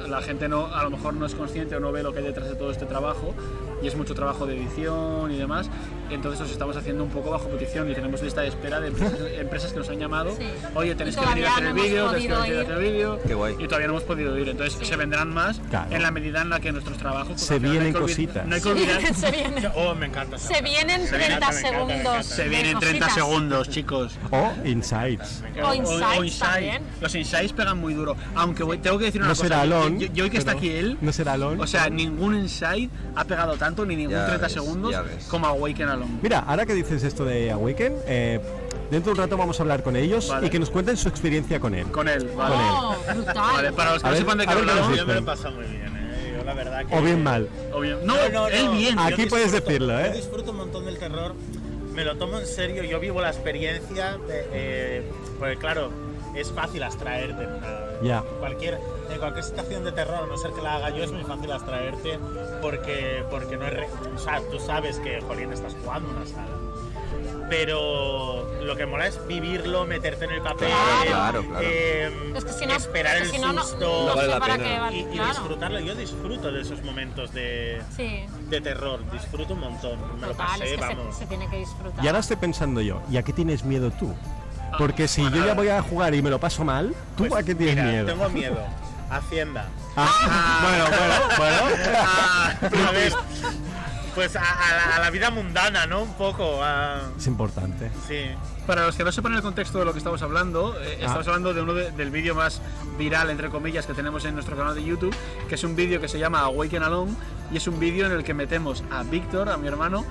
Speaker 7: la gente no, a lo mejor no es consciente o no ve lo que hay detrás de todo este trabajo, y es mucho trabajo de edición y demás, entonces los estamos haciendo un poco bajo petición y tenemos lista de espera de
Speaker 4: (laughs)
Speaker 7: empresas, empresas que nos han llamado,
Speaker 4: Sí.
Speaker 7: oye,
Speaker 4: Y
Speaker 7: tenéis que venir a hacer
Speaker 4: todavía
Speaker 7: el
Speaker 4: no
Speaker 7: vídeo,
Speaker 4: hemos
Speaker 7: tenéis que
Speaker 4: podido
Speaker 7: venir a hacer el
Speaker 4: ir".
Speaker 7: vídeo,
Speaker 5: Qué guay.
Speaker 7: y todavía no hemos podido ir, entonces
Speaker 4: Sí.
Speaker 7: se vendrán más
Speaker 3: Claro.
Speaker 7: en la medida en la que nuestros trabajos... pues,
Speaker 3: Se
Speaker 7: al final no hay
Speaker 3: vienen
Speaker 7: que olvid-
Speaker 3: cositas.
Speaker 7: No hay que olvidar...
Speaker 4: (laughs) se vienen,
Speaker 6: Oh, me encanta. esa
Speaker 4: se
Speaker 6: frase.
Speaker 4: vienen
Speaker 6: Se viene,
Speaker 4: 30
Speaker 6: me encanta, me
Speaker 4: segundos.
Speaker 6: encanta.
Speaker 7: Se
Speaker 4: de
Speaker 7: vienen 30
Speaker 4: cositas.
Speaker 7: segundos, chicos.
Speaker 3: O insights.
Speaker 4: O insights también.
Speaker 7: Los insights pegan muy duro. Aunque voy- tengo que decir una
Speaker 3: No
Speaker 7: cosa.
Speaker 3: será
Speaker 7: yo-
Speaker 3: Alon.
Speaker 7: Yo, yo hoy que está
Speaker 3: pero-
Speaker 7: aquí él.
Speaker 3: No será Alon.
Speaker 7: O sea, ningún insight ha pegado tanto, ni ningún
Speaker 5: Ya
Speaker 7: 30
Speaker 5: ves,
Speaker 7: segundos
Speaker 5: ya ves.
Speaker 7: como Awaken Alone.
Speaker 3: Mira, ahora que dices esto de Awaken, eh, dentro de un rato vamos a hablar con ellos
Speaker 7: Vale.
Speaker 3: y que nos cuenten su experiencia con él.
Speaker 7: Con él, vale.
Speaker 4: Oh, brutal.
Speaker 7: Vale, para los que
Speaker 3: A
Speaker 7: no
Speaker 3: ver-
Speaker 7: sepan de qué
Speaker 3: a ver qué
Speaker 7: hablamos,
Speaker 3: nos
Speaker 6: Yo me lo he pasado muy bien, ¿eh? Yo la verdad que.
Speaker 3: O bien mal.
Speaker 7: o bien- No, él bien.
Speaker 3: Ah,
Speaker 6: Yo
Speaker 3: Aquí puedes decirlo, ¿eh?
Speaker 6: Yo disfruto un montón del terror, me lo tomo en serio, yo vivo la experiencia, de, eh, porque claro, es fácil abstraerte. ¿no?
Speaker 3: Ya.
Speaker 6: Cualquier, en cualquier situación de terror, a no ser que la haga yo, es muy fácil abstraerte porque, porque no es. re- o sea, tú sabes que, jolín, estás jugando una sala. Pero lo que mola es vivirlo, meterte en el papel,
Speaker 4: Claro,
Speaker 5: claro, claro.
Speaker 6: em,
Speaker 4: Es que si no,
Speaker 6: esperar
Speaker 4: es que si
Speaker 6: el
Speaker 4: no, no-
Speaker 6: susto
Speaker 4: no,
Speaker 5: No vale
Speaker 4: sé
Speaker 5: la
Speaker 4: para
Speaker 5: pena.
Speaker 4: qué vale,
Speaker 6: y, y
Speaker 4: claro.
Speaker 6: disfrutarlo. Yo disfruto de esos momentos de,
Speaker 4: Sí,
Speaker 6: de terror, disfruto un montón. Me lo
Speaker 4: total,
Speaker 6: pasé,
Speaker 4: es que se,
Speaker 6: vamos.
Speaker 4: se tiene que disfrutar.
Speaker 3: Y ahora estoy pensando yo, ¿y a qué tienes miedo tú? Porque si yo ya voy a jugar y me lo paso mal, ¿tú
Speaker 6: Pues,
Speaker 3: a qué tienes
Speaker 6: mira,
Speaker 3: miedo? (laughs)
Speaker 6: Tengo miedo. Hacienda.
Speaker 3: Ah, bueno, bueno, bueno.
Speaker 6: a ver, pues a, a la, a la vida mundana, ¿no? Un poco. a-
Speaker 3: Es importante.
Speaker 6: sí.
Speaker 7: Para los que no sepan el contexto de lo que estamos hablando,
Speaker 3: Ah.
Speaker 7: eh, estamos hablando de uno de- del vídeo más viral, entre comillas, que tenemos en nuestro canal de YouTube, que es un vídeo que se llama Awaken Alone, y es un vídeo en el que metemos a Víctor, a mi hermano,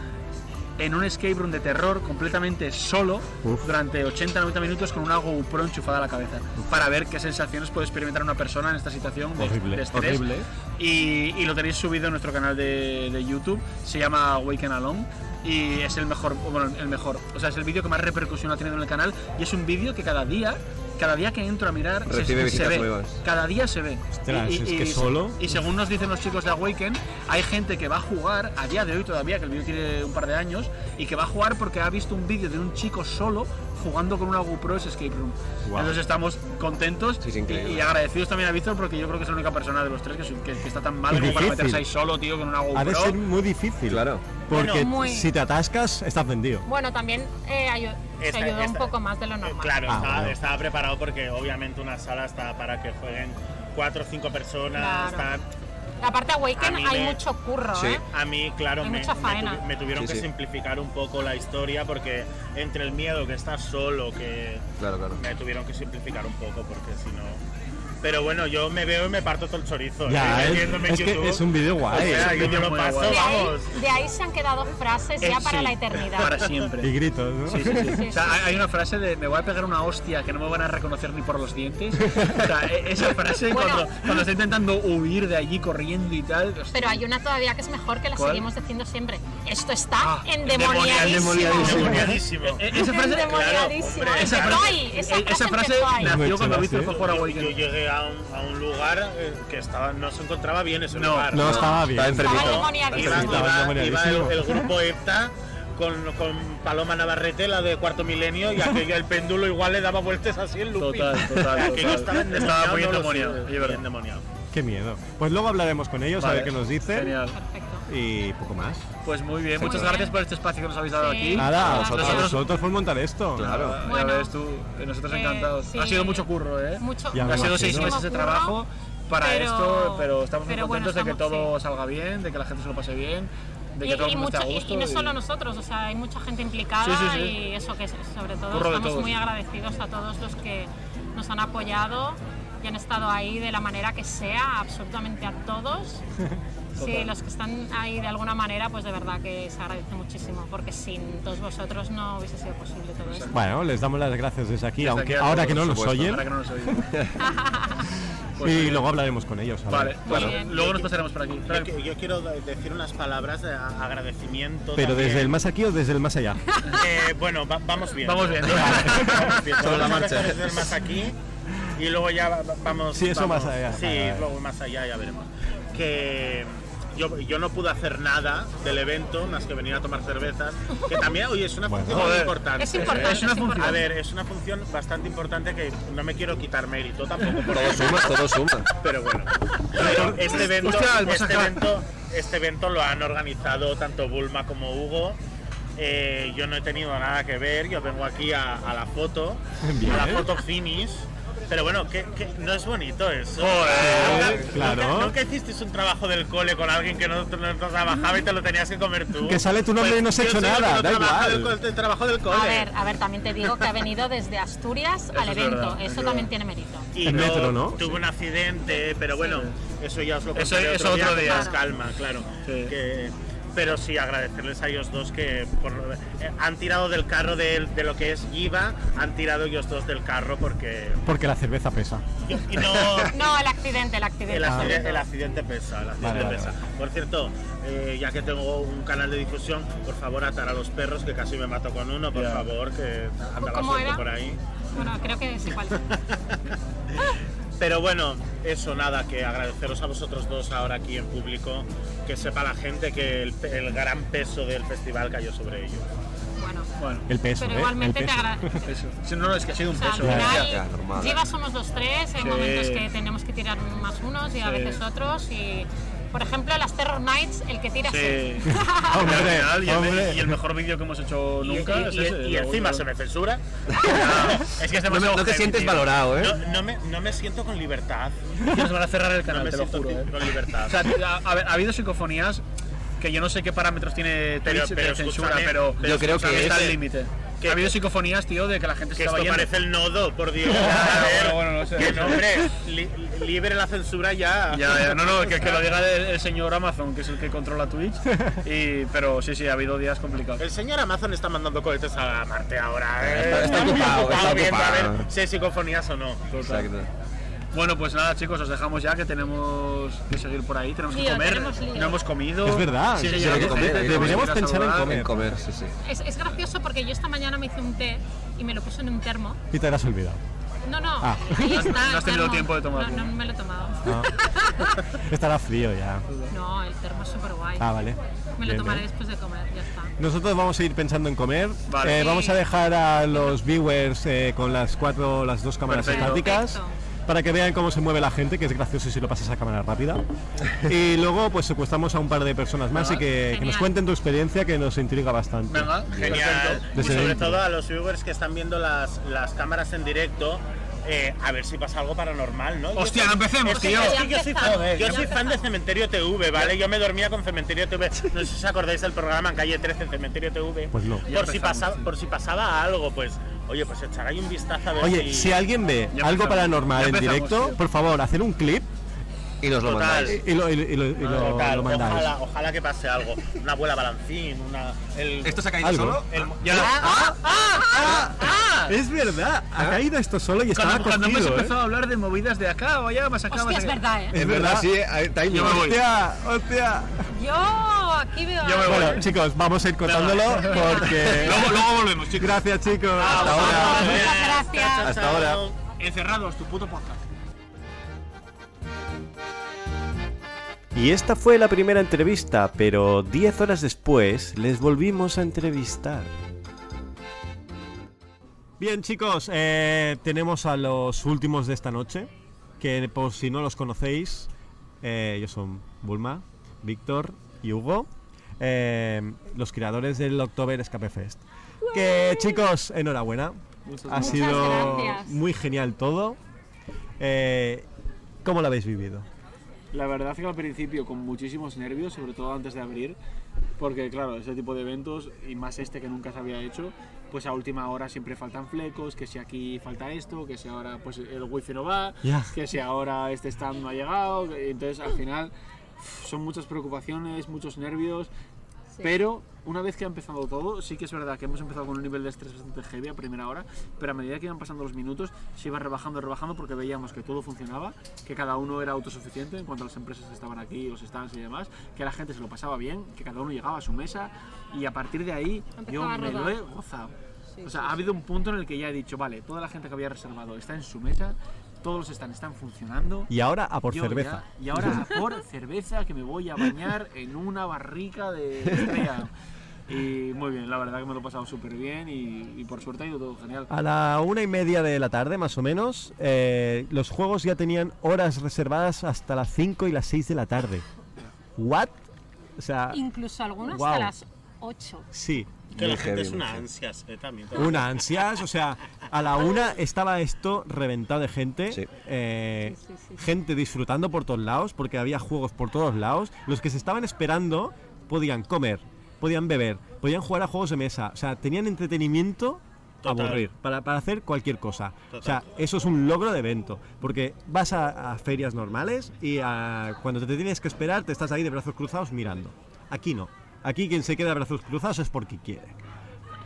Speaker 7: en un escape room de terror completamente solo
Speaker 3: Uf.
Speaker 7: durante 80-90 minutos con una GoPro enchufada a la cabeza para ver qué sensaciones puede experimentar una persona en esta situación de,
Speaker 3: Horrible,
Speaker 7: de estrés.
Speaker 3: horrible.
Speaker 7: Y, y lo tenéis subido en nuestro canal de, de YouTube, se llama Awaken Alone y es el mejor, bueno, el mejor, o sea, es el vídeo que más repercusión ha tenido en el canal y es un vídeo que cada día, cada día que entro a mirar, se-
Speaker 5: Recibe
Speaker 7: se,
Speaker 5: visitas
Speaker 7: ve,
Speaker 5: nuevas.
Speaker 7: cada día se ve.
Speaker 3: Ostras, es que solo-
Speaker 7: Y según nos dicen los chicos de Awaken, hay gente que va a jugar a día de hoy todavía, que el vídeo tiene un par de años, y que va a jugar porque ha visto un vídeo de un chico solo jugando con una GoPro ese escape room.
Speaker 3: Guau.
Speaker 7: Entonces estamos contentos
Speaker 5: Sí, es
Speaker 7: y,
Speaker 5: increíble.
Speaker 7: y agradecidos también a Víctor porque yo creo que es la única persona de los tres que, su- que- que está tan mal
Speaker 3: Y
Speaker 7: como para
Speaker 3: difícil.
Speaker 7: meterse ahí solo, tío, con una GoPro.
Speaker 3: Ha de ser muy difícil.
Speaker 5: Claro.
Speaker 3: Porque
Speaker 4: Bueno, muy-
Speaker 3: si te atascas, estás vendido.
Speaker 4: Bueno, también eh, ayu-
Speaker 6: Esta-
Speaker 4: se ayudó un
Speaker 6: esta- Eh,
Speaker 4: poco más de lo normal.
Speaker 6: Claro,
Speaker 3: Ah,
Speaker 6: estaba,
Speaker 3: bueno.
Speaker 6: estaba preparado porque obviamente una sala está para que jueguen cuatro o cinco personas.
Speaker 4: Claro.
Speaker 6: está-
Speaker 4: Aparte,
Speaker 6: A
Speaker 4: Awaken
Speaker 6: mí
Speaker 4: hay
Speaker 6: me-
Speaker 4: mucho curro,
Speaker 5: Sí.
Speaker 4: ¿eh?
Speaker 6: A mí, claro,
Speaker 4: Hay
Speaker 6: me,
Speaker 4: mucha
Speaker 6: me
Speaker 4: faena.
Speaker 6: tuvi- me tuvieron
Speaker 5: Sí,
Speaker 6: que
Speaker 5: sí.
Speaker 6: simplificar un poco la historia porque entre el miedo que estás solo, que
Speaker 5: Claro, claro.
Speaker 6: me tuvieron que simplificar un poco porque si no... Pero bueno, yo me veo y me parto todo el chorizo.
Speaker 3: Ya,
Speaker 6: ¿eh?
Speaker 3: es-
Speaker 6: Metiéndome en
Speaker 3: es que
Speaker 6: YouTube.
Speaker 3: es un vídeo
Speaker 6: O
Speaker 3: guay.
Speaker 6: sea,
Speaker 7: es un
Speaker 6: yo me
Speaker 7: vídeo
Speaker 6: lo
Speaker 7: muy
Speaker 6: paso,
Speaker 7: guay.
Speaker 4: De ahí,
Speaker 6: vamos.
Speaker 4: de ahí se han quedado frases
Speaker 7: Eh,
Speaker 4: ya para
Speaker 7: sí,
Speaker 4: la eternidad.
Speaker 7: Para siempre.
Speaker 3: Y gritos, ¿no?
Speaker 7: Sí, sí,
Speaker 4: (laughs)
Speaker 7: sí.
Speaker 4: Sí,
Speaker 7: O sea,
Speaker 4: sí,
Speaker 7: hay-
Speaker 4: sí.
Speaker 7: hay una frase de me voy a pegar una hostia que no me van a reconocer ni por los dientes. O sea, e- esa
Speaker 4: (laughs)
Speaker 7: frase
Speaker 4: Bueno.
Speaker 7: cuando, cuando está intentando huir de allí corriendo y tal. hostia.
Speaker 4: Pero hay una todavía que es mejor que la
Speaker 7: ¿Cuál?
Speaker 4: seguimos diciendo siempre. Esto está
Speaker 7: Ah,
Speaker 4: endemoniadísimo.
Speaker 7: endemoniadísimo.
Speaker 6: Demoniadísimo.
Speaker 7: Eh, esa frase,
Speaker 4: Endemoniadísimo.
Speaker 6: claro, hombre,
Speaker 4: Estoy,
Speaker 6: esa
Speaker 4: esa
Speaker 7: eh,
Speaker 4: frase,
Speaker 7: esa
Speaker 4: en
Speaker 7: frase
Speaker 4: que estoy.
Speaker 3: Muy
Speaker 7: nació cuando
Speaker 3: chula,
Speaker 7: Víctor
Speaker 3: sí.
Speaker 7: fue a jugar a
Speaker 6: Yo,
Speaker 7: Awaken.
Speaker 6: yo llegué a un, a un lugar eh, que estaba, no se encontraba bien ese
Speaker 7: No,
Speaker 6: lugar.
Speaker 3: No, estaba bien.
Speaker 5: Estaba
Speaker 4: Estaba
Speaker 5: Permito.
Speaker 4: endemoniadísimo.
Speaker 6: Iba,
Speaker 3: Estaba
Speaker 6: iba-
Speaker 3: endemoniadísimo.
Speaker 6: iba el, el grupo EPTA con, con Paloma Navarrete, la de Cuarto Milenio, y aquella el péndulo igual le daba vueltas así en looping.
Speaker 7: Total, total,
Speaker 6: Aquello
Speaker 7: total.
Speaker 6: estaba endemoniado.
Speaker 7: Estaba muy
Speaker 6: no lo sé,
Speaker 7: endemoniado, es
Speaker 6: muy
Speaker 7: verdad.
Speaker 6: endemoniado.
Speaker 3: Qué miedo. Pues luego hablaremos con ellos, a
Speaker 7: Vale,
Speaker 3: ver qué nos dicen.
Speaker 7: Genial.
Speaker 4: Perfecto.
Speaker 3: Y poco más.
Speaker 7: Pues muy bien, muchas
Speaker 4: bien.
Speaker 7: gracias por este espacio que nos habéis dado
Speaker 4: Sí.
Speaker 7: aquí.
Speaker 3: Nada, a
Speaker 4: a
Speaker 3: vosotros,
Speaker 7: nosotros-
Speaker 3: por montar esto.
Speaker 5: Claro.
Speaker 7: Ya
Speaker 4: Bueno.
Speaker 7: ves tú, eh, nosotros
Speaker 4: Eh,
Speaker 7: encantados.
Speaker 4: sí.
Speaker 7: Ha sido mucho curro, ¿eh?
Speaker 4: Mucho.
Speaker 3: Ya me
Speaker 7: Ha sido
Speaker 3: imagino.
Speaker 7: seis meses de
Speaker 4: Muchísimo
Speaker 7: trabajo para
Speaker 4: pero-
Speaker 7: esto, pero estamos
Speaker 4: pero
Speaker 7: muy
Speaker 4: bueno,
Speaker 7: contentos de que
Speaker 4: estamos-
Speaker 7: todo salga bien, de que la gente se lo pase bien, de
Speaker 4: Y,
Speaker 7: que todo el
Speaker 4: y
Speaker 7: mundo esté
Speaker 4: mucho-
Speaker 7: a
Speaker 4: y-
Speaker 7: gusto.
Speaker 4: y no
Speaker 7: y-
Speaker 4: solo nosotros, o sea, hay mucha gente implicada
Speaker 7: Sí, sí, sí.
Speaker 4: y eso que es- sobre todo
Speaker 7: Curro de
Speaker 4: estamos
Speaker 7: todos.
Speaker 4: muy agradecidos a todos los que nos han apoyado y han estado ahí de la manera que sea, absolutamente a
Speaker 7: (laughs)
Speaker 4: todos. Sí,
Speaker 7: Total.
Speaker 4: los que están ahí de alguna manera, pues de verdad que se agradece muchísimo, porque sin todos vosotros no hubiese sido posible todo esto.
Speaker 3: Bueno, les damos las gracias desde aquí,
Speaker 7: Desde
Speaker 3: aunque
Speaker 7: aquí a
Speaker 3: ahora
Speaker 7: todos,
Speaker 3: que no
Speaker 7: por
Speaker 3: nos
Speaker 5: supuesto,
Speaker 3: oyen.
Speaker 7: Ahora que no nos oyen. Pues
Speaker 3: y
Speaker 7: bien.
Speaker 3: luego hablaremos con ellos. a ver.
Speaker 7: Vale,
Speaker 4: Muy
Speaker 7: bueno,
Speaker 4: bien.
Speaker 7: luego nos pasaremos por aquí.
Speaker 6: Yo, qui- yo quiero de- decir unas palabras de a- agradecimiento.
Speaker 3: Pero
Speaker 6: también.
Speaker 3: desde el más aquí o desde el más
Speaker 7: (laughs)
Speaker 3: allá.
Speaker 6: Eh, bueno, va- vamos bien.
Speaker 7: Vamos bien. (laughs)
Speaker 5: Sobre la
Speaker 6: Vamos a
Speaker 5: marcha.
Speaker 6: empezar desde el más aquí y luego ya va- va- vamos.
Speaker 3: Sí, eso
Speaker 6: vamos-
Speaker 3: más allá.
Speaker 6: Sí,
Speaker 3: Vale, vale.
Speaker 6: luego más allá ya veremos. Que yo, yo no pude hacer nada del evento más que venir a tomar cervezas. Que también, oye, es una
Speaker 3: Bueno.
Speaker 6: función muy
Speaker 7: Joder.
Speaker 6: importante.
Speaker 4: Es importante,
Speaker 7: Es una
Speaker 4: es importante.
Speaker 6: A ver, es una función bastante importante que no me quiero quitar mérito tampoco. porque-
Speaker 7: (laughs)
Speaker 5: Todo suma, todo suma.
Speaker 6: pero bueno. Pero este evento,
Speaker 7: Hostia, el
Speaker 6: este,
Speaker 7: Masacá.
Speaker 6: evento, este evento lo han organizado tanto Bulma como Hugo. Eh, yo no he tenido nada que ver, yo vengo aquí a, a la foto,
Speaker 3: Bien.
Speaker 6: a la foto finish. Pero bueno, que, que no es bonito eso.
Speaker 3: Joder,
Speaker 6: Nunca-
Speaker 3: claro.
Speaker 6: Nunca, nunca hicisteis un trabajo del cole con alguien que no, no trabajaba y te lo tenías que comer tú. Pues
Speaker 3: Que sale tu nombre y no has
Speaker 6: yo
Speaker 3: hecho
Speaker 6: soy el que
Speaker 3: nada,
Speaker 6: no
Speaker 3: da
Speaker 6: trabaja
Speaker 3: igual.
Speaker 6: del cole- del trabajo del cole.
Speaker 4: A ver, a ver, también te digo que ha venido desde
Speaker 7: (laughs)
Speaker 4: Asturias al
Speaker 7: es
Speaker 4: evento,
Speaker 7: verdad, es
Speaker 4: eso
Speaker 7: verdad.
Speaker 4: también tiene mérito.
Speaker 6: y
Speaker 3: En
Speaker 6: no-
Speaker 3: metro, ¿no?
Speaker 6: Tuve un accidente, pero bueno, eso ya os lo
Speaker 7: Eso-
Speaker 6: contaré
Speaker 7: eso otro
Speaker 6: con
Speaker 7: día.
Speaker 6: más calma, claro.
Speaker 7: Sí.
Speaker 6: Que- pero sí agradecerles a ellos dos que por- eh, han tirado del carro de, de lo que es Giva, han tirado ellos dos del carro porque
Speaker 3: Porque la cerveza pesa.
Speaker 6: y
Speaker 3: (laughs)
Speaker 6: no
Speaker 4: No, el accidente, el accidente.
Speaker 6: el,
Speaker 3: Ah.
Speaker 6: accidente, el accidente pesa, el accidente
Speaker 3: Vale, vale,
Speaker 6: pesa.
Speaker 3: vale.
Speaker 6: Por cierto, eh, ya que tengo un canal de difusión, por favor atar a los perros que casi me mato con uno, por
Speaker 7: Ya.
Speaker 6: favor, que anda la
Speaker 4: ¿Cómo
Speaker 6: suerte
Speaker 4: era?
Speaker 6: por ahí.
Speaker 4: Bueno, creo que es igual.
Speaker 6: Pero bueno, eso nada, que agradeceros a vosotros dos ahora aquí en público, que sepa la gente que el, pe- el gran peso del festival cayó sobre ellos.
Speaker 4: Bueno,
Speaker 7: Bueno,
Speaker 3: El peso.
Speaker 4: pero
Speaker 3: ¿eh?
Speaker 4: igualmente
Speaker 3: El
Speaker 4: te
Speaker 3: peso.
Speaker 4: agradezco.
Speaker 7: eso. Si no, no, es que ha sido un
Speaker 4: O sea, al
Speaker 7: peso.
Speaker 4: final,
Speaker 5: Ya, ya, normal.
Speaker 4: Giva somos los tres, hay
Speaker 7: Sí.
Speaker 4: momentos que tenemos que tirar más unos y a
Speaker 7: Sí.
Speaker 4: veces otros. Y, por ejemplo, las Terror Nights, el que tira es (laughs) él.
Speaker 7: Sí.
Speaker 3: Hombre,
Speaker 7: Al final, y, el,
Speaker 3: hombre.
Speaker 7: y el mejor vídeo que hemos hecho
Speaker 6: Y-
Speaker 7: Pues nunca.
Speaker 6: y,
Speaker 7: es
Speaker 6: y-
Speaker 7: ese,
Speaker 6: y
Speaker 7: lo
Speaker 6: encima
Speaker 7: único. (laughs)
Speaker 6: se me censura. es que es
Speaker 5: No, me-
Speaker 6: demasiado
Speaker 5: no te
Speaker 6: heavy,
Speaker 5: sientes
Speaker 6: tío.
Speaker 5: valorado, ¿eh?
Speaker 6: No, no me, no me siento con libertad.
Speaker 7: Y nos van a cerrar el
Speaker 6: No
Speaker 7: canal,
Speaker 6: me
Speaker 7: te lo
Speaker 6: siento
Speaker 7: juro. ¿eh? (laughs)
Speaker 6: con libertad.
Speaker 7: O sea, ha, ha- ha habido psicofonías que yo no sé qué parámetros tiene
Speaker 6: Pero-
Speaker 7: Twitch
Speaker 6: pero
Speaker 7: de censura,
Speaker 6: escúchame,
Speaker 7: pero
Speaker 6: pero Yo creo
Speaker 7: escúchame,
Speaker 6: que
Speaker 7: está
Speaker 6: ese-
Speaker 7: al límite.
Speaker 6: que-
Speaker 7: Ha habido psicofonías, tío, de que la gente se
Speaker 6: Que
Speaker 7: estaba
Speaker 6: esto
Speaker 7: yendo.
Speaker 6: parece el nodo, por Dios. A
Speaker 7: Ah,
Speaker 6: ver,
Speaker 7: bueno, bueno, no sé.
Speaker 6: que no, hombre, li- libre la censura ya.
Speaker 7: (laughs) Ya, ya, no, no, que, que lo diga el, el señor Amazon, que es el que
Speaker 6: (laughs)
Speaker 7: controla Twitch. Y, pero sí, sí, ha habido días complicados.
Speaker 6: El señor Amazon está mandando cohetes a Marte ahora. eh.
Speaker 5: Está- está
Speaker 6: muy
Speaker 5: ocupado, está
Speaker 6: viendo a ver
Speaker 5: ocupado.
Speaker 6: si hay psicofonías o no.
Speaker 5: Exacto.
Speaker 7: Bueno, pues nada, chicos, os dejamos ya que tenemos que seguir por ahí, tenemos que
Speaker 4: Lío,
Speaker 7: comer,
Speaker 4: tenemos lío.
Speaker 7: no hemos comido.
Speaker 3: Es verdad,
Speaker 7: sigue
Speaker 3: sí,
Speaker 5: Yo creo
Speaker 7: llegando
Speaker 5: que comer,
Speaker 7: gente,
Speaker 5: hay que
Speaker 7: tenemos
Speaker 3: Deberíamos
Speaker 7: que ir a
Speaker 3: pensar en
Speaker 7: saludar.
Speaker 3: comer.
Speaker 5: En comer, sí, sí.
Speaker 4: Es, es gracioso porque yo esta mañana me hice un té y me lo puse en un termo.
Speaker 3: Y te lo has olvidado.
Speaker 4: No, no,
Speaker 3: Ah.
Speaker 4: ahí
Speaker 7: No-
Speaker 4: está.
Speaker 7: no has
Speaker 4: el
Speaker 7: tenido
Speaker 4: termo.
Speaker 7: tiempo de tomarlo. Ah.
Speaker 4: No, no me lo he tomado.
Speaker 3: Estará frío
Speaker 4: (laughs)
Speaker 3: ya.
Speaker 4: No, el termo es súper guay.
Speaker 3: Ah, vale.
Speaker 4: Me
Speaker 3: Bien,
Speaker 4: lo tomaré
Speaker 3: bien.
Speaker 4: después de comer, ya está.
Speaker 3: Nosotros vamos a ir pensando en comer.
Speaker 7: Vale.
Speaker 3: Eh, vamos a
Speaker 4: Sí.
Speaker 3: dejar a los viewers eh, con las cuatro, las dos cámaras
Speaker 7: Perfecto.
Speaker 3: estáticas.
Speaker 4: Perfecto.
Speaker 3: Para que vean cómo se mueve la gente, que es gracioso si lo pasas a cámara rápida.
Speaker 7: (laughs)
Speaker 3: y luego, pues secuestramos a un par de personas más y que, que nos
Speaker 4: Genial.
Speaker 3: cuenten tu experiencia, que nos intriga bastante.
Speaker 7: Venga,
Speaker 6: Genial.
Speaker 7: perfecto. Pues,
Speaker 6: Y
Speaker 3: Desde
Speaker 6: sobre
Speaker 3: dentro.
Speaker 6: todo a los viewers que están viendo las, las cámaras en directo. eh, a ver si pasa algo paranormal, ¿no?
Speaker 7: Hostia,
Speaker 6: Yo-
Speaker 7: no empecemos,
Speaker 6: es que
Speaker 7: tío.
Speaker 6: yo- es que yo soy
Speaker 4: Ya
Speaker 6: fan,
Speaker 4: empezamos.
Speaker 6: yo soy fan de Cementerio TV, ¿vale? Yo me dormía con Cementerio TV. No sé si os acordáis del programa en Calle 13, en Cementerio TV.
Speaker 3: Pues no.
Speaker 7: Ya
Speaker 6: Por si,
Speaker 7: empezamos,
Speaker 6: pasaba,
Speaker 7: sí.
Speaker 6: por si pasaba algo, pues, oye, pues echar ahí un vistazo a ver
Speaker 3: Oye, si alguien ve
Speaker 7: Ya
Speaker 3: algo
Speaker 7: empezamos.
Speaker 3: paranormal
Speaker 7: Ya
Speaker 3: en
Speaker 7: empezamos,
Speaker 3: directo,
Speaker 7: tío.
Speaker 3: por favor, hacer un clip
Speaker 5: Y nos lo
Speaker 6: Total.
Speaker 5: mandáis.
Speaker 3: y lo, y lo- y lo- y lo-
Speaker 6: Total,
Speaker 3: lo mandáis.
Speaker 6: ojalá, ojalá que pase algo. Una abuela balancín, una. El,
Speaker 5: se ha
Speaker 3: caído Algo. solo?
Speaker 6: el-
Speaker 7: Ya lo- Ah,
Speaker 3: Es verdad, ha caído esto solo y estaba
Speaker 7: ¿Eh? Cuando, cuando hemos
Speaker 3: cogido. ¿eh?
Speaker 7: empezado a hablar de movidas de acá o allá, más acá,
Speaker 4: Hostia,
Speaker 7: más
Speaker 4: es
Speaker 7: acá.
Speaker 4: verdad, ¿eh?
Speaker 5: Es verdad, sí, hay timing.
Speaker 7: Yo me voy.
Speaker 3: Hostia, hostia.
Speaker 4: Yo aquí veo.
Speaker 7: Yo me voy.
Speaker 3: Bueno, chicos, vamos a ir contándolo porque.
Speaker 7: Luego, luego volvemos, chicos.
Speaker 3: Gracias, chicos. Hasta
Speaker 4: Ah,
Speaker 3: ahora.
Speaker 4: Muchas gracias.
Speaker 5: Hasta ahora.
Speaker 7: Encerrados, tu puto podcast.
Speaker 2: Y esta fue la primera entrevista, pero 10 horas después les volvimos a entrevistar.
Speaker 3: Bien, chicos, eh, tenemos a los últimos de esta noche. Que por si no los conocéis, eh, ellos son Bulma, Víctor y Hugo, eh, los creadores del October Escape Fest. Que chicos, enhorabuena. Ha
Speaker 4: Muchas
Speaker 3: sido
Speaker 4: gracias.
Speaker 3: muy genial todo. Eh, ¿Cómo lo habéis vivido?
Speaker 7: La verdad que al principio con muchísimos nervios, sobre todo antes de abrir, porque claro, ese tipo de eventos, y más este que nunca se había hecho, pues a última hora siempre faltan flecos, que si aquí falta esto, que si ahora pues el wifi no va,
Speaker 3: Ya.
Speaker 7: que si ahora este stand no ha llegado, que- entonces al final uf, son muchas preocupaciones, muchos nervios, pero una vez que ha empezado todo, sí que es verdad que hemos empezado con un nivel de estrés bastante heavy a primera hora, pero a medida que iban pasando los minutos se iba rebajando, rebajando porque veíamos que todo funcionaba, que cada uno era autosuficiente en cuanto a las empresas que estaban aquí, los stands y demás, que la gente se lo pasaba bien, que cada uno llegaba a su mesa y a partir de ahí yo
Speaker 4: Empezaba a
Speaker 7: me lo
Speaker 4: rodar.
Speaker 7: he gozado. o sea, ha habido un punto en el que ya he dicho, vale, toda la gente que había reservado está en su mesa, todos los stands están funcionando.
Speaker 3: Y ahora a por
Speaker 7: Yo
Speaker 3: cerveza.
Speaker 7: ya- y ahora a por cerveza que me voy a bañar en una barrica de estrella. Y muy bien, la verdad que me lo he pasado súper bien y, y por suerte ha ido todo genial.
Speaker 3: A la una y media de la tarde, más o menos, eh, los juegos ya tenían horas reservadas hasta las 5 y las 6 de la tarde. ¿What? O sea,
Speaker 4: Incluso algunas
Speaker 3: Guau.
Speaker 4: hasta las 8.
Speaker 3: sí.
Speaker 6: que la
Speaker 5: Muy
Speaker 6: gente
Speaker 5: heavy,
Speaker 6: es una
Speaker 5: mucho.
Speaker 6: ansias, eh, también.
Speaker 3: Una ansias, o sea, a la una estaba esto reventado de gente,
Speaker 5: Sí.
Speaker 3: eh,
Speaker 4: Sí, sí, sí.
Speaker 3: gente disfrutando por todos lados, porque había juegos por todos lados. Los que se estaban esperando podían comer, podían beber, podían jugar a juegos de mesa, o sea, tenían entretenimiento a
Speaker 6: Total.
Speaker 3: aburrir, para, para hacer cualquier cosa. O sea,
Speaker 6: Total.
Speaker 3: eso es un logro de evento, porque vas a, a ferias normales y a- cuando te tienes que esperar te estás ahí de brazos cruzados mirando. Aquí no. Aquí quien se queda de brazos cruzados es porque quiere.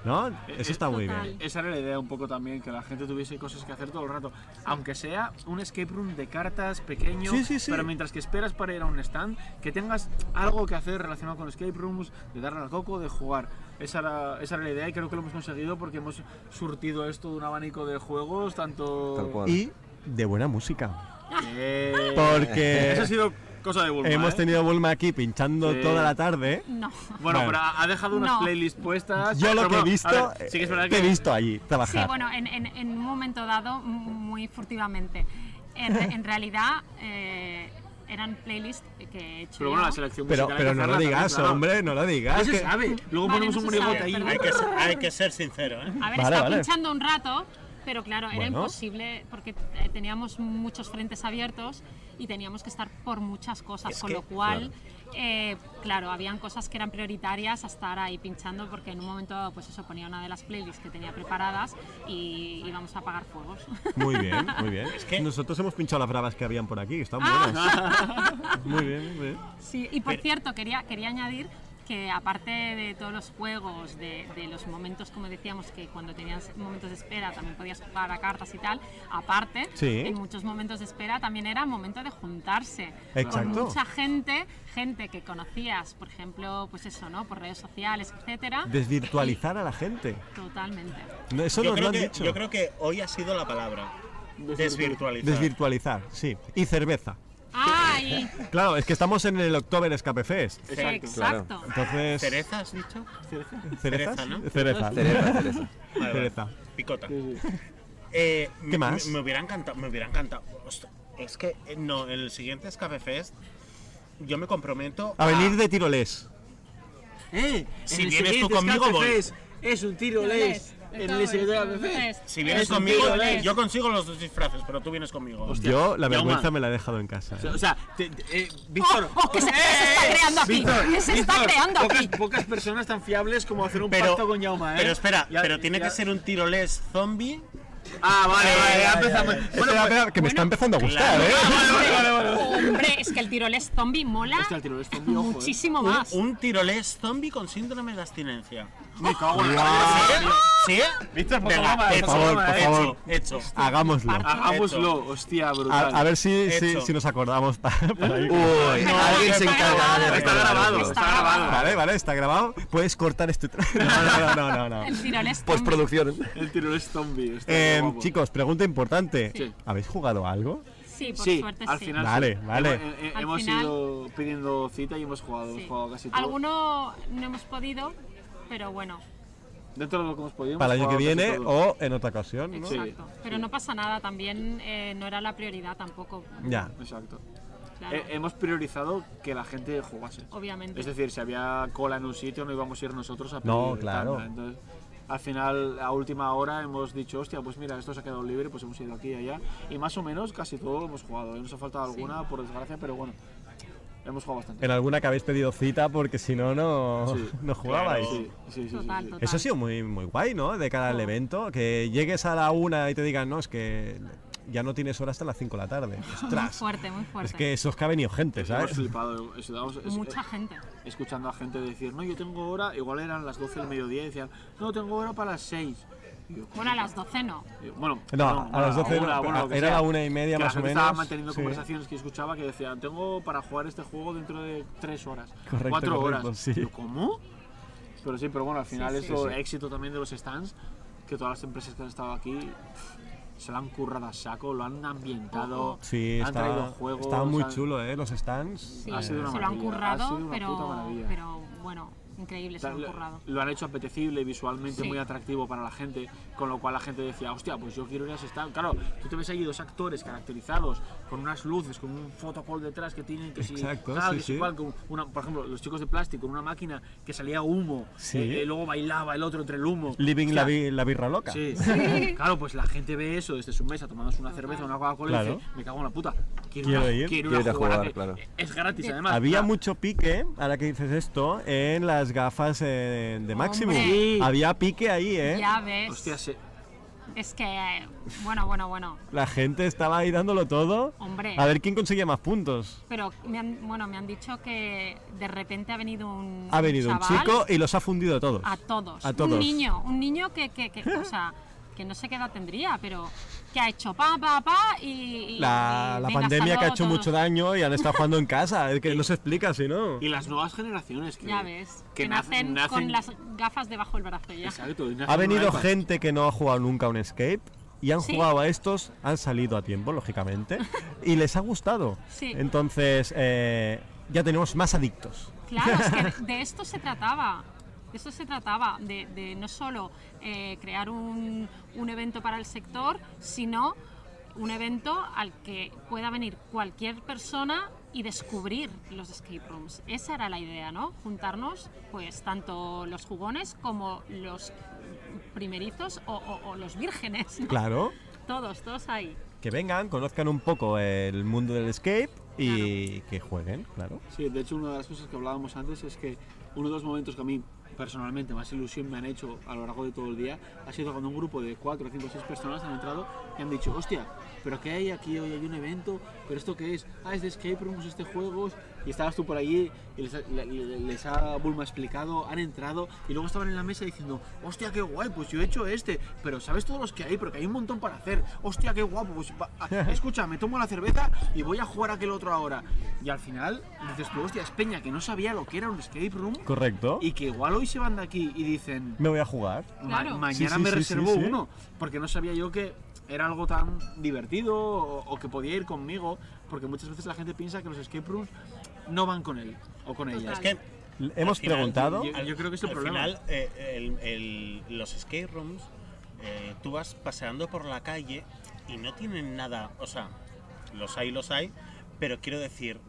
Speaker 3: ¿No?
Speaker 6: Eh,
Speaker 3: Eso está muy
Speaker 4: total.
Speaker 3: bien.
Speaker 7: Esa era la idea un poco también, que la gente tuviese cosas que hacer todo el rato. Aunque sea un escape room de cartas pequeño,
Speaker 3: Sí, sí, sí.
Speaker 7: pero mientras que esperas para ir a un stand, que tengas algo que hacer relacionado con escape rooms, de darle al coco, de jugar. Esa era, esa era la idea y creo que lo hemos conseguido porque hemos surtido esto de un abanico de juegos, tanto...
Speaker 5: Tal cual.
Speaker 3: Y de buena música.
Speaker 7: Eh, Eso ha
Speaker 3: Porque
Speaker 7: sido cosa de Bulma.
Speaker 3: hemos
Speaker 7: ¿eh?
Speaker 3: tenido Bulma aquí pinchando
Speaker 7: Sí.
Speaker 3: toda la tarde.
Speaker 4: No.
Speaker 7: Bueno,
Speaker 3: Vale.
Speaker 7: pero ha ha dejado unas
Speaker 4: No.
Speaker 7: playlists puestas.
Speaker 3: Yo lo que
Speaker 7: Ah, pero
Speaker 3: he
Speaker 7: bueno, a
Speaker 3: visto,
Speaker 7: ver, sí que es verdad
Speaker 3: eh,
Speaker 7: que
Speaker 3: te he visto allí
Speaker 4: Sí,
Speaker 3: trabajar.
Speaker 4: bueno, en, en- en un momento dado, m- muy furtivamente. En, en realidad, eh, eran playlists que he hecho.
Speaker 7: Pero bueno,
Speaker 4: yo.
Speaker 7: la selección
Speaker 3: Pero,
Speaker 7: musical hay
Speaker 3: pero
Speaker 7: que
Speaker 3: no lo
Speaker 7: hacerla
Speaker 3: digas,
Speaker 7: también, claro.
Speaker 3: hombre, no lo
Speaker 7: No
Speaker 3: digas.
Speaker 7: se
Speaker 3: que-
Speaker 7: sabe. Luego
Speaker 4: Vale,
Speaker 7: ponemos
Speaker 4: no
Speaker 7: un
Speaker 4: se
Speaker 7: monigote
Speaker 4: sabe,
Speaker 7: ahí.
Speaker 4: perdón.
Speaker 6: Hay que, ser, hay que ser sincero, ¿eh?
Speaker 4: A ver,
Speaker 3: Vale,
Speaker 4: está
Speaker 3: vale.
Speaker 4: pinchando un rato Pero claro, era
Speaker 3: Bueno.
Speaker 4: imposible porque eh, teníamos muchos frentes abiertos y teníamos que estar por muchas cosas,
Speaker 8: Es
Speaker 4: con
Speaker 8: que-
Speaker 4: lo cual, eh, claro, habían cosas que eran prioritarias a estar ahí pinchando porque en un momento dado, pues eso, ponía una de las playlists que tenía preparadas y íbamos a apagar fuegos.
Speaker 3: Muy bien, muy bien. Nosotros hemos pinchado las bravas que habían por aquí, están
Speaker 7: Ah.
Speaker 3: buenas.
Speaker 7: (laughs)
Speaker 3: muy bien, muy bien.
Speaker 4: Sí, y por cierto, quería, quería añadir que aparte de todos los juegos, de, de los momentos, como decíamos, que cuando tenías momentos de espera también podías jugar a cartas y tal, aparte,
Speaker 3: Sí.
Speaker 4: en muchos momentos de espera también era momento de juntarse
Speaker 3: Exacto.
Speaker 4: con mucha gente, gente que conocías, por ejemplo, pues eso, ¿no? Por redes sociales, etcétera.
Speaker 3: Desvirtualizar a la gente.
Speaker 4: Totalmente.
Speaker 3: No, eso
Speaker 6: Yo
Speaker 3: nos
Speaker 6: creo,
Speaker 3: lo han
Speaker 6: que,
Speaker 3: dicho.
Speaker 6: yo creo que hoy ha sido la palabra. Desvirtualizar.
Speaker 3: Desvirtualizar, sí. Y cerveza.
Speaker 4: ¡Ay!
Speaker 3: Claro, es que estamos en el October Escape Fest.
Speaker 4: Exacto.
Speaker 3: Entonces.
Speaker 6: ¿Cereza has dicho?
Speaker 3: ¿Cerezas?
Speaker 6: Cereza, ¿no?
Speaker 3: Cereza.
Speaker 5: Cereza, cereza.
Speaker 6: Vale, vale.
Speaker 3: Cereza.
Speaker 6: Picota.
Speaker 4: (laughs)
Speaker 6: Eh, me-
Speaker 3: más?
Speaker 6: Me, me hubiera encantado, me hubiera encantado. Ostras, es que eh, no, el siguiente Escape Fest, yo me comprometo
Speaker 3: A venir de tirolés.
Speaker 7: ¿Eh?
Speaker 6: Si
Speaker 7: En el
Speaker 6: vienes tú
Speaker 7: siguiente
Speaker 6: conmigo,
Speaker 7: Escape
Speaker 6: voy.
Speaker 7: Fest Es un tiro les. En el siguiente Escape Fest.
Speaker 6: Si vienes
Speaker 7: Es un
Speaker 6: conmigo,
Speaker 7: tiro, ¿eh?
Speaker 6: yo consigo los dos disfraces, pero tú vienes conmigo.
Speaker 3: Yo la
Speaker 7: Yauma.
Speaker 3: vergüenza me la he dejado en casa.
Speaker 7: O sea, te- te- eh, Víctor. eh,
Speaker 4: oh, que se- que se está creando aquí, que se está creando
Speaker 7: pocas,
Speaker 4: aquí.
Speaker 7: pocas personas tan fiables como hacer un
Speaker 6: Pero-
Speaker 7: pacto con Yauma, ¿eh?
Speaker 6: Pero espera,
Speaker 7: Ya-
Speaker 6: pero tiene
Speaker 7: ya-
Speaker 6: que ser un tirolés zombie.
Speaker 7: Ah, vale,
Speaker 3: Eh,
Speaker 7: vale, ya empezamos. Bueno,
Speaker 3: Espera,
Speaker 7: pues-
Speaker 3: espera, que me está empezando a gustar,
Speaker 6: Claro.
Speaker 3: ¿eh?
Speaker 4: Hombre, es que el tirolés zombie mola
Speaker 7: Hostia, el tirolés zombie, ojo, eh.
Speaker 4: muchísimo
Speaker 6: Un,
Speaker 4: más.
Speaker 6: un tirolés zombie con síndrome de abstinencia.
Speaker 7: Me cago en la-
Speaker 6: ¿Sí?
Speaker 7: Víctor, por
Speaker 6: Venga,
Speaker 7: favor, por
Speaker 6: hecho,
Speaker 3: favor, por
Speaker 6: hecho,
Speaker 3: favor.
Speaker 6: hecho.
Speaker 3: Hagámoslo.
Speaker 7: Ah, Hagámoslo, hostia,
Speaker 3: A,
Speaker 7: brutal.
Speaker 3: a ver si, si,
Speaker 6: Hecho.
Speaker 3: si nos acordamos
Speaker 7: (laughs)
Speaker 3: pa- para ir.
Speaker 5: Uy,
Speaker 4: No,
Speaker 5: alguien
Speaker 4: está
Speaker 5: se encargará
Speaker 4: grabado,
Speaker 7: está
Speaker 5: de recordarlo.
Speaker 7: grabado,
Speaker 4: Está
Speaker 7: está grabado.
Speaker 3: Vale, vale, está grabado. Puedes cortar este
Speaker 7: (laughs)
Speaker 3: tra- No, no, no, no. no.
Speaker 4: El tirolés
Speaker 5: Pues
Speaker 4: zombie.
Speaker 5: Postproducción.
Speaker 7: El tirolés zombie.
Speaker 3: (laughs)
Speaker 7: está
Speaker 3: Eh,
Speaker 7: guapo.
Speaker 3: chicos, pregunta importante.
Speaker 7: Sí.
Speaker 3: ¿Habéis jugado a algo?
Speaker 4: Sí, por
Speaker 7: Sí,
Speaker 4: suerte
Speaker 7: al
Speaker 4: sí.
Speaker 7: final.
Speaker 3: Vale,
Speaker 7: sí.
Speaker 3: vale.
Speaker 7: Hemos, eh, eh,
Speaker 4: Al
Speaker 7: hemos
Speaker 4: final-
Speaker 7: ido pidiendo cita y hemos jugado, hemos
Speaker 4: Sí.
Speaker 7: jugado casi todo.
Speaker 4: Alguno no hemos podido, pero bueno,
Speaker 7: Dentro de lo que hemos podido.
Speaker 3: Para el
Speaker 7: hemos
Speaker 3: año que
Speaker 7: jugado casi
Speaker 3: viene
Speaker 7: todo.
Speaker 3: o en otra ocasión, ¿no?
Speaker 7: Sí.
Speaker 4: exacto. Pero no pasa nada, también eh, no era la prioridad tampoco,
Speaker 3: Ya.
Speaker 7: Exacto.
Speaker 4: claro,
Speaker 7: Eh, hemos priorizado que la gente jugase.
Speaker 4: obviamente.
Speaker 7: Es decir, si había cola en un sitio, no íbamos a ir nosotros a pedir
Speaker 3: No, claro.
Speaker 7: tanda. Entonces, al final, a última hora, hemos dicho, hostia, pues mira, esto se ha quedado libre, pues hemos ido aquí y allá. Y más o menos, casi todo hemos jugado. ¿eh? Nos ha faltado alguna, por desgracia, pero bueno, hemos jugado bastante.
Speaker 3: En alguna que habéis pedido cita porque si no, no,
Speaker 7: Sí.
Speaker 3: (laughs) no jugabais.
Speaker 7: Sí, sí, sí, sí,
Speaker 4: Total,
Speaker 7: sí.
Speaker 4: total.
Speaker 3: Eso ha sido muy, muy guay, ¿no? De cara al evento. Que llegues a la una y te digan, no, es que ya no tienes hora hasta las 5 de la
Speaker 4: (laughs)
Speaker 3: tarde.
Speaker 4: muy
Speaker 3: Ostras.
Speaker 4: fuerte, muy
Speaker 3: Es
Speaker 4: fuerte.
Speaker 3: que eso es que ha venido gente,
Speaker 7: Hemos
Speaker 3: ¿sabes?
Speaker 7: flipado. estábamos- es- eh,
Speaker 4: Mucha gente.
Speaker 7: escuchando a gente decir, no, yo tengo hora, igual eran las 12 del mediodía, y decían, no, tengo hora para las 6. Y yo,
Speaker 4: Bueno, a las 12 no.
Speaker 7: y yo, bueno,
Speaker 3: No, a
Speaker 7: bueno,
Speaker 3: las 12
Speaker 7: una,
Speaker 3: no,
Speaker 7: bueno, lo que
Speaker 3: era
Speaker 7: sea.
Speaker 3: la una y media
Speaker 7: Que la
Speaker 3: más o
Speaker 7: gente Estaba
Speaker 3: menos,
Speaker 7: manteniendo
Speaker 3: sí.
Speaker 7: conversaciones que yo escuchaba que decían, tengo para jugar este juego dentro de 3 horas,
Speaker 3: Correcto,
Speaker 7: 4
Speaker 3: correcto,
Speaker 7: horas.
Speaker 3: sí.
Speaker 7: Y yo, ¿Cómo? Pero sí, pero bueno, al final
Speaker 4: sí,
Speaker 7: eso, éxito también de los stands, que todas las empresas que han estado aquí pff, se lo han currado a saco, lo han ambientado,
Speaker 3: Sí,
Speaker 7: han traído
Speaker 3: estaba,
Speaker 7: juegos.
Speaker 3: estaba muy
Speaker 7: han-
Speaker 3: chulo, ¿eh? Los stands.
Speaker 4: Sí,
Speaker 7: Ha sido una
Speaker 4: se lo han
Speaker 7: maravilla, ha sido
Speaker 4: currado,
Speaker 7: una puta
Speaker 4: pero,
Speaker 7: maravilla.
Speaker 4: pero bueno, increíble, se
Speaker 7: sea,
Speaker 4: lo han
Speaker 7: lo,
Speaker 4: currado.
Speaker 7: lo han hecho apetecible visualmente,
Speaker 4: Sí.
Speaker 7: muy atractivo para la gente, con lo cual la gente decía, hostia, pues yo quiero ir a ese stand. Claro, tú te ves allí dos actores caracterizados, con unas luces, con un fotocall detrás que tienen, que si
Speaker 3: Exacto,
Speaker 7: tal,
Speaker 3: sí,
Speaker 7: que si
Speaker 3: sí.
Speaker 7: cual, con una- por ejemplo, los chicos de plástico, con una máquina que salía humo,
Speaker 3: Sí.
Speaker 7: eh, eh, luego bailaba el otro entre el humo.
Speaker 3: Living la,
Speaker 7: Hostia,
Speaker 3: vi- la birra loca.
Speaker 7: Sí. claro, pues la gente ve eso desde su mesa tomándose una cerveza, una Coca-Cola y
Speaker 3: Claro.
Speaker 7: dice, me cago en la puta,
Speaker 3: Quiero
Speaker 7: quiero, ir, a-
Speaker 3: ir.
Speaker 7: quiero
Speaker 5: Quiero ir a
Speaker 7: jugar,
Speaker 5: jugar,
Speaker 7: que
Speaker 5: claro.
Speaker 7: Es gratis además.
Speaker 3: Había
Speaker 7: Claro.
Speaker 3: mucho pique, ahora que dices esto, en las gafas eh, de Maximum.
Speaker 4: Hombre.
Speaker 3: Había pique ahí, ¿eh?
Speaker 4: Ya ves,
Speaker 7: Hostia, se-
Speaker 4: es que, eh, bueno, bueno, bueno,
Speaker 3: La gente estaba ahí dándolo todo.
Speaker 4: Hombre.
Speaker 3: A ver quién conseguía más puntos.
Speaker 4: pero me han, bueno, me han dicho que de repente ha venido un
Speaker 3: Ha venido un
Speaker 4: chaval
Speaker 3: chico y los ha fundido a todos.
Speaker 4: A todos.
Speaker 3: A todos.
Speaker 4: Un niño, un niño que, que, que, o sea, que no sé qué edad tendría, pero que ha hecho pa, pa, pa y... y-
Speaker 3: La,
Speaker 4: y
Speaker 3: la pandemia
Speaker 4: venga, hasta
Speaker 3: que ha
Speaker 4: luego
Speaker 3: hecho
Speaker 4: todos.
Speaker 3: mucho daño y han estado jugando en casa. Es que no se explica si no.
Speaker 7: Y las nuevas generaciones que,
Speaker 4: Ya ves, que,
Speaker 7: que nac-
Speaker 4: nacen,
Speaker 7: nacen-
Speaker 4: con las gafas debajo del brazo ya.
Speaker 7: Exacto, y nacen
Speaker 3: Ha
Speaker 7: con
Speaker 3: venido
Speaker 7: iPad.
Speaker 3: gente que no ha jugado nunca a un escape y han
Speaker 4: Sí.
Speaker 3: jugado a estos, han salido a tiempo,
Speaker 4: (laughs)
Speaker 3: lógicamente, y les ha gustado.
Speaker 4: Sí.
Speaker 3: Entonces, eh, ya tenemos más adictos.
Speaker 4: Claro, es que de- de esto se trataba. De esto se trataba, de, de no solo eh, crear un, un evento para el sector, sino un evento al que pueda venir cualquier persona y descubrir los escape rooms. Esa era la idea, ¿no? Juntarnos, pues, tanto los jugones como los primerizos o, o- o los vírgenes. ¿no?
Speaker 3: Claro.
Speaker 4: Todos, todos ahí.
Speaker 3: Que vengan, conozcan un poco el mundo del skate y que jueguen, claro.
Speaker 7: Sí, de hecho, una de las cosas que hablábamos antes es que uno de los momentos que a mí personalmente más ilusión me han hecho a lo largo de todo el día ha sido cuando un grupo de 4, 5, 6 personas han entrado y han dicho, hostia, pero ¿qué hay aquí hoy? Hay un evento, pero ¿esto qué es? Ah, es de escape rooms, este juegos. Y estabas tú por allí y les, ha- le- le- les ha Bulma explicado, han entrado y luego estaban en la mesa diciendo, hostia, qué guay, pues yo he hecho este, pero ¿sabes todos los que hay? Porque hay un montón para hacer. Hostia, qué guapo, pues
Speaker 3: (laughs)
Speaker 7: va- a- escucha, me tomo la cerveza y voy a jugar aquel otro ahora. Y al final dices tú, hostia, es Peña que no sabía lo que era un escape room
Speaker 3: Correcto.
Speaker 7: y que igual hoy se van de aquí y dicen,
Speaker 3: Me voy a jugar.
Speaker 7: "Ma-
Speaker 4: Claro.
Speaker 7: mañana
Speaker 3: Sí, sí,
Speaker 7: me
Speaker 3: sí,
Speaker 7: reservo
Speaker 3: sí, sí.
Speaker 7: uno, porque no sabía yo que era algo tan divertido o, o que podía ir conmigo, porque muchas veces la gente piensa que los escape rooms no van con él o con ella.
Speaker 4: Total.
Speaker 6: Es que
Speaker 3: L- Hemos
Speaker 6: Al final,
Speaker 3: preguntado.
Speaker 7: yo- creo que es el
Speaker 6: al
Speaker 7: problema.
Speaker 6: final, eh, el- el- los skate rooms, eh, tú vas paseando por la calle y no tienen nada. O sea, los hay, los hay, pero quiero decir,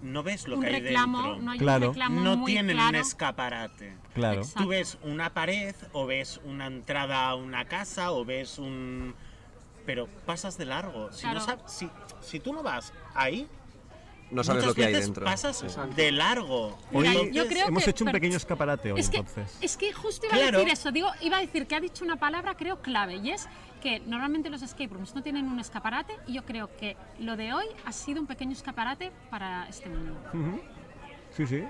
Speaker 6: no ves lo
Speaker 4: un
Speaker 6: que hay
Speaker 4: reclamo,
Speaker 6: dentro.
Speaker 4: no hay
Speaker 3: Claro.
Speaker 4: un reclamo
Speaker 6: No
Speaker 4: muy
Speaker 6: tienen un
Speaker 4: claro.
Speaker 6: escaparate.
Speaker 3: Claro.
Speaker 4: Exacto.
Speaker 6: Tú ves una pared o ves una entrada a una casa o ves un... Pero pasas de largo. Si, no
Speaker 4: Claro.
Speaker 6: sab- si, si tú no vas ahí,
Speaker 5: No sabes
Speaker 6: muchas
Speaker 5: lo que hay
Speaker 6: veces
Speaker 5: dentro.
Speaker 6: Pasas de largo.
Speaker 3: Hoy
Speaker 4: Mira, yo creo
Speaker 3: hemos
Speaker 4: que-
Speaker 3: hecho un
Speaker 4: pero-
Speaker 3: pequeño escaparate hoy,
Speaker 4: Es que,
Speaker 3: entonces.
Speaker 4: es que justo iba
Speaker 6: Claro.
Speaker 4: a decir eso, digo, iba a decir que ha dicho una palabra creo clave y es que normalmente los escape rooms no tienen un escaparate y yo creo que lo de hoy ha sido un pequeño escaparate para este mundo.
Speaker 3: Ujú. Sí, sí.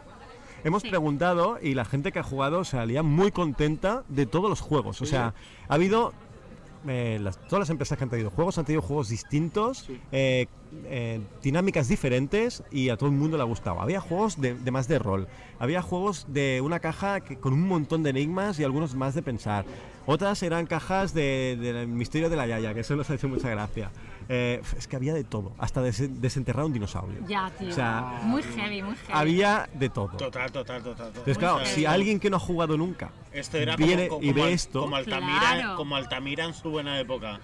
Speaker 3: Hemos
Speaker 4: Sí.
Speaker 3: preguntado y la gente que ha jugado salía muy contenta de todos los juegos. O sea, ha habido. eh, las- todas las empresas que han traído juegos han tenido juegos distintos, eh, eh, dinámicas diferentes y a todo el mundo le ha gustado. Había juegos de, de más de rol, había juegos de una caja que- con un montón de enigmas y algunos más de pensar. Otras eran cajas de- del misterio de la Yaya, que eso nos ha hecho mucha gracia. Eh, es que había de todo, hasta des- desenterrar un dinosaurio.
Speaker 4: Ya, tío.
Speaker 3: O sea,
Speaker 4: muy heavy, muy heavy.
Speaker 3: Había de todo.
Speaker 6: Total, total, total. total.
Speaker 3: Entonces,
Speaker 6: O
Speaker 3: claro,
Speaker 6: sea,
Speaker 3: si alguien que no ha jugado nunca
Speaker 6: Esto era
Speaker 3: viene
Speaker 6: como, como-
Speaker 3: y
Speaker 6: como
Speaker 3: ve
Speaker 6: Al-
Speaker 3: esto,
Speaker 6: como Altamira,
Speaker 4: Claro.
Speaker 6: como Altamira en su buena época.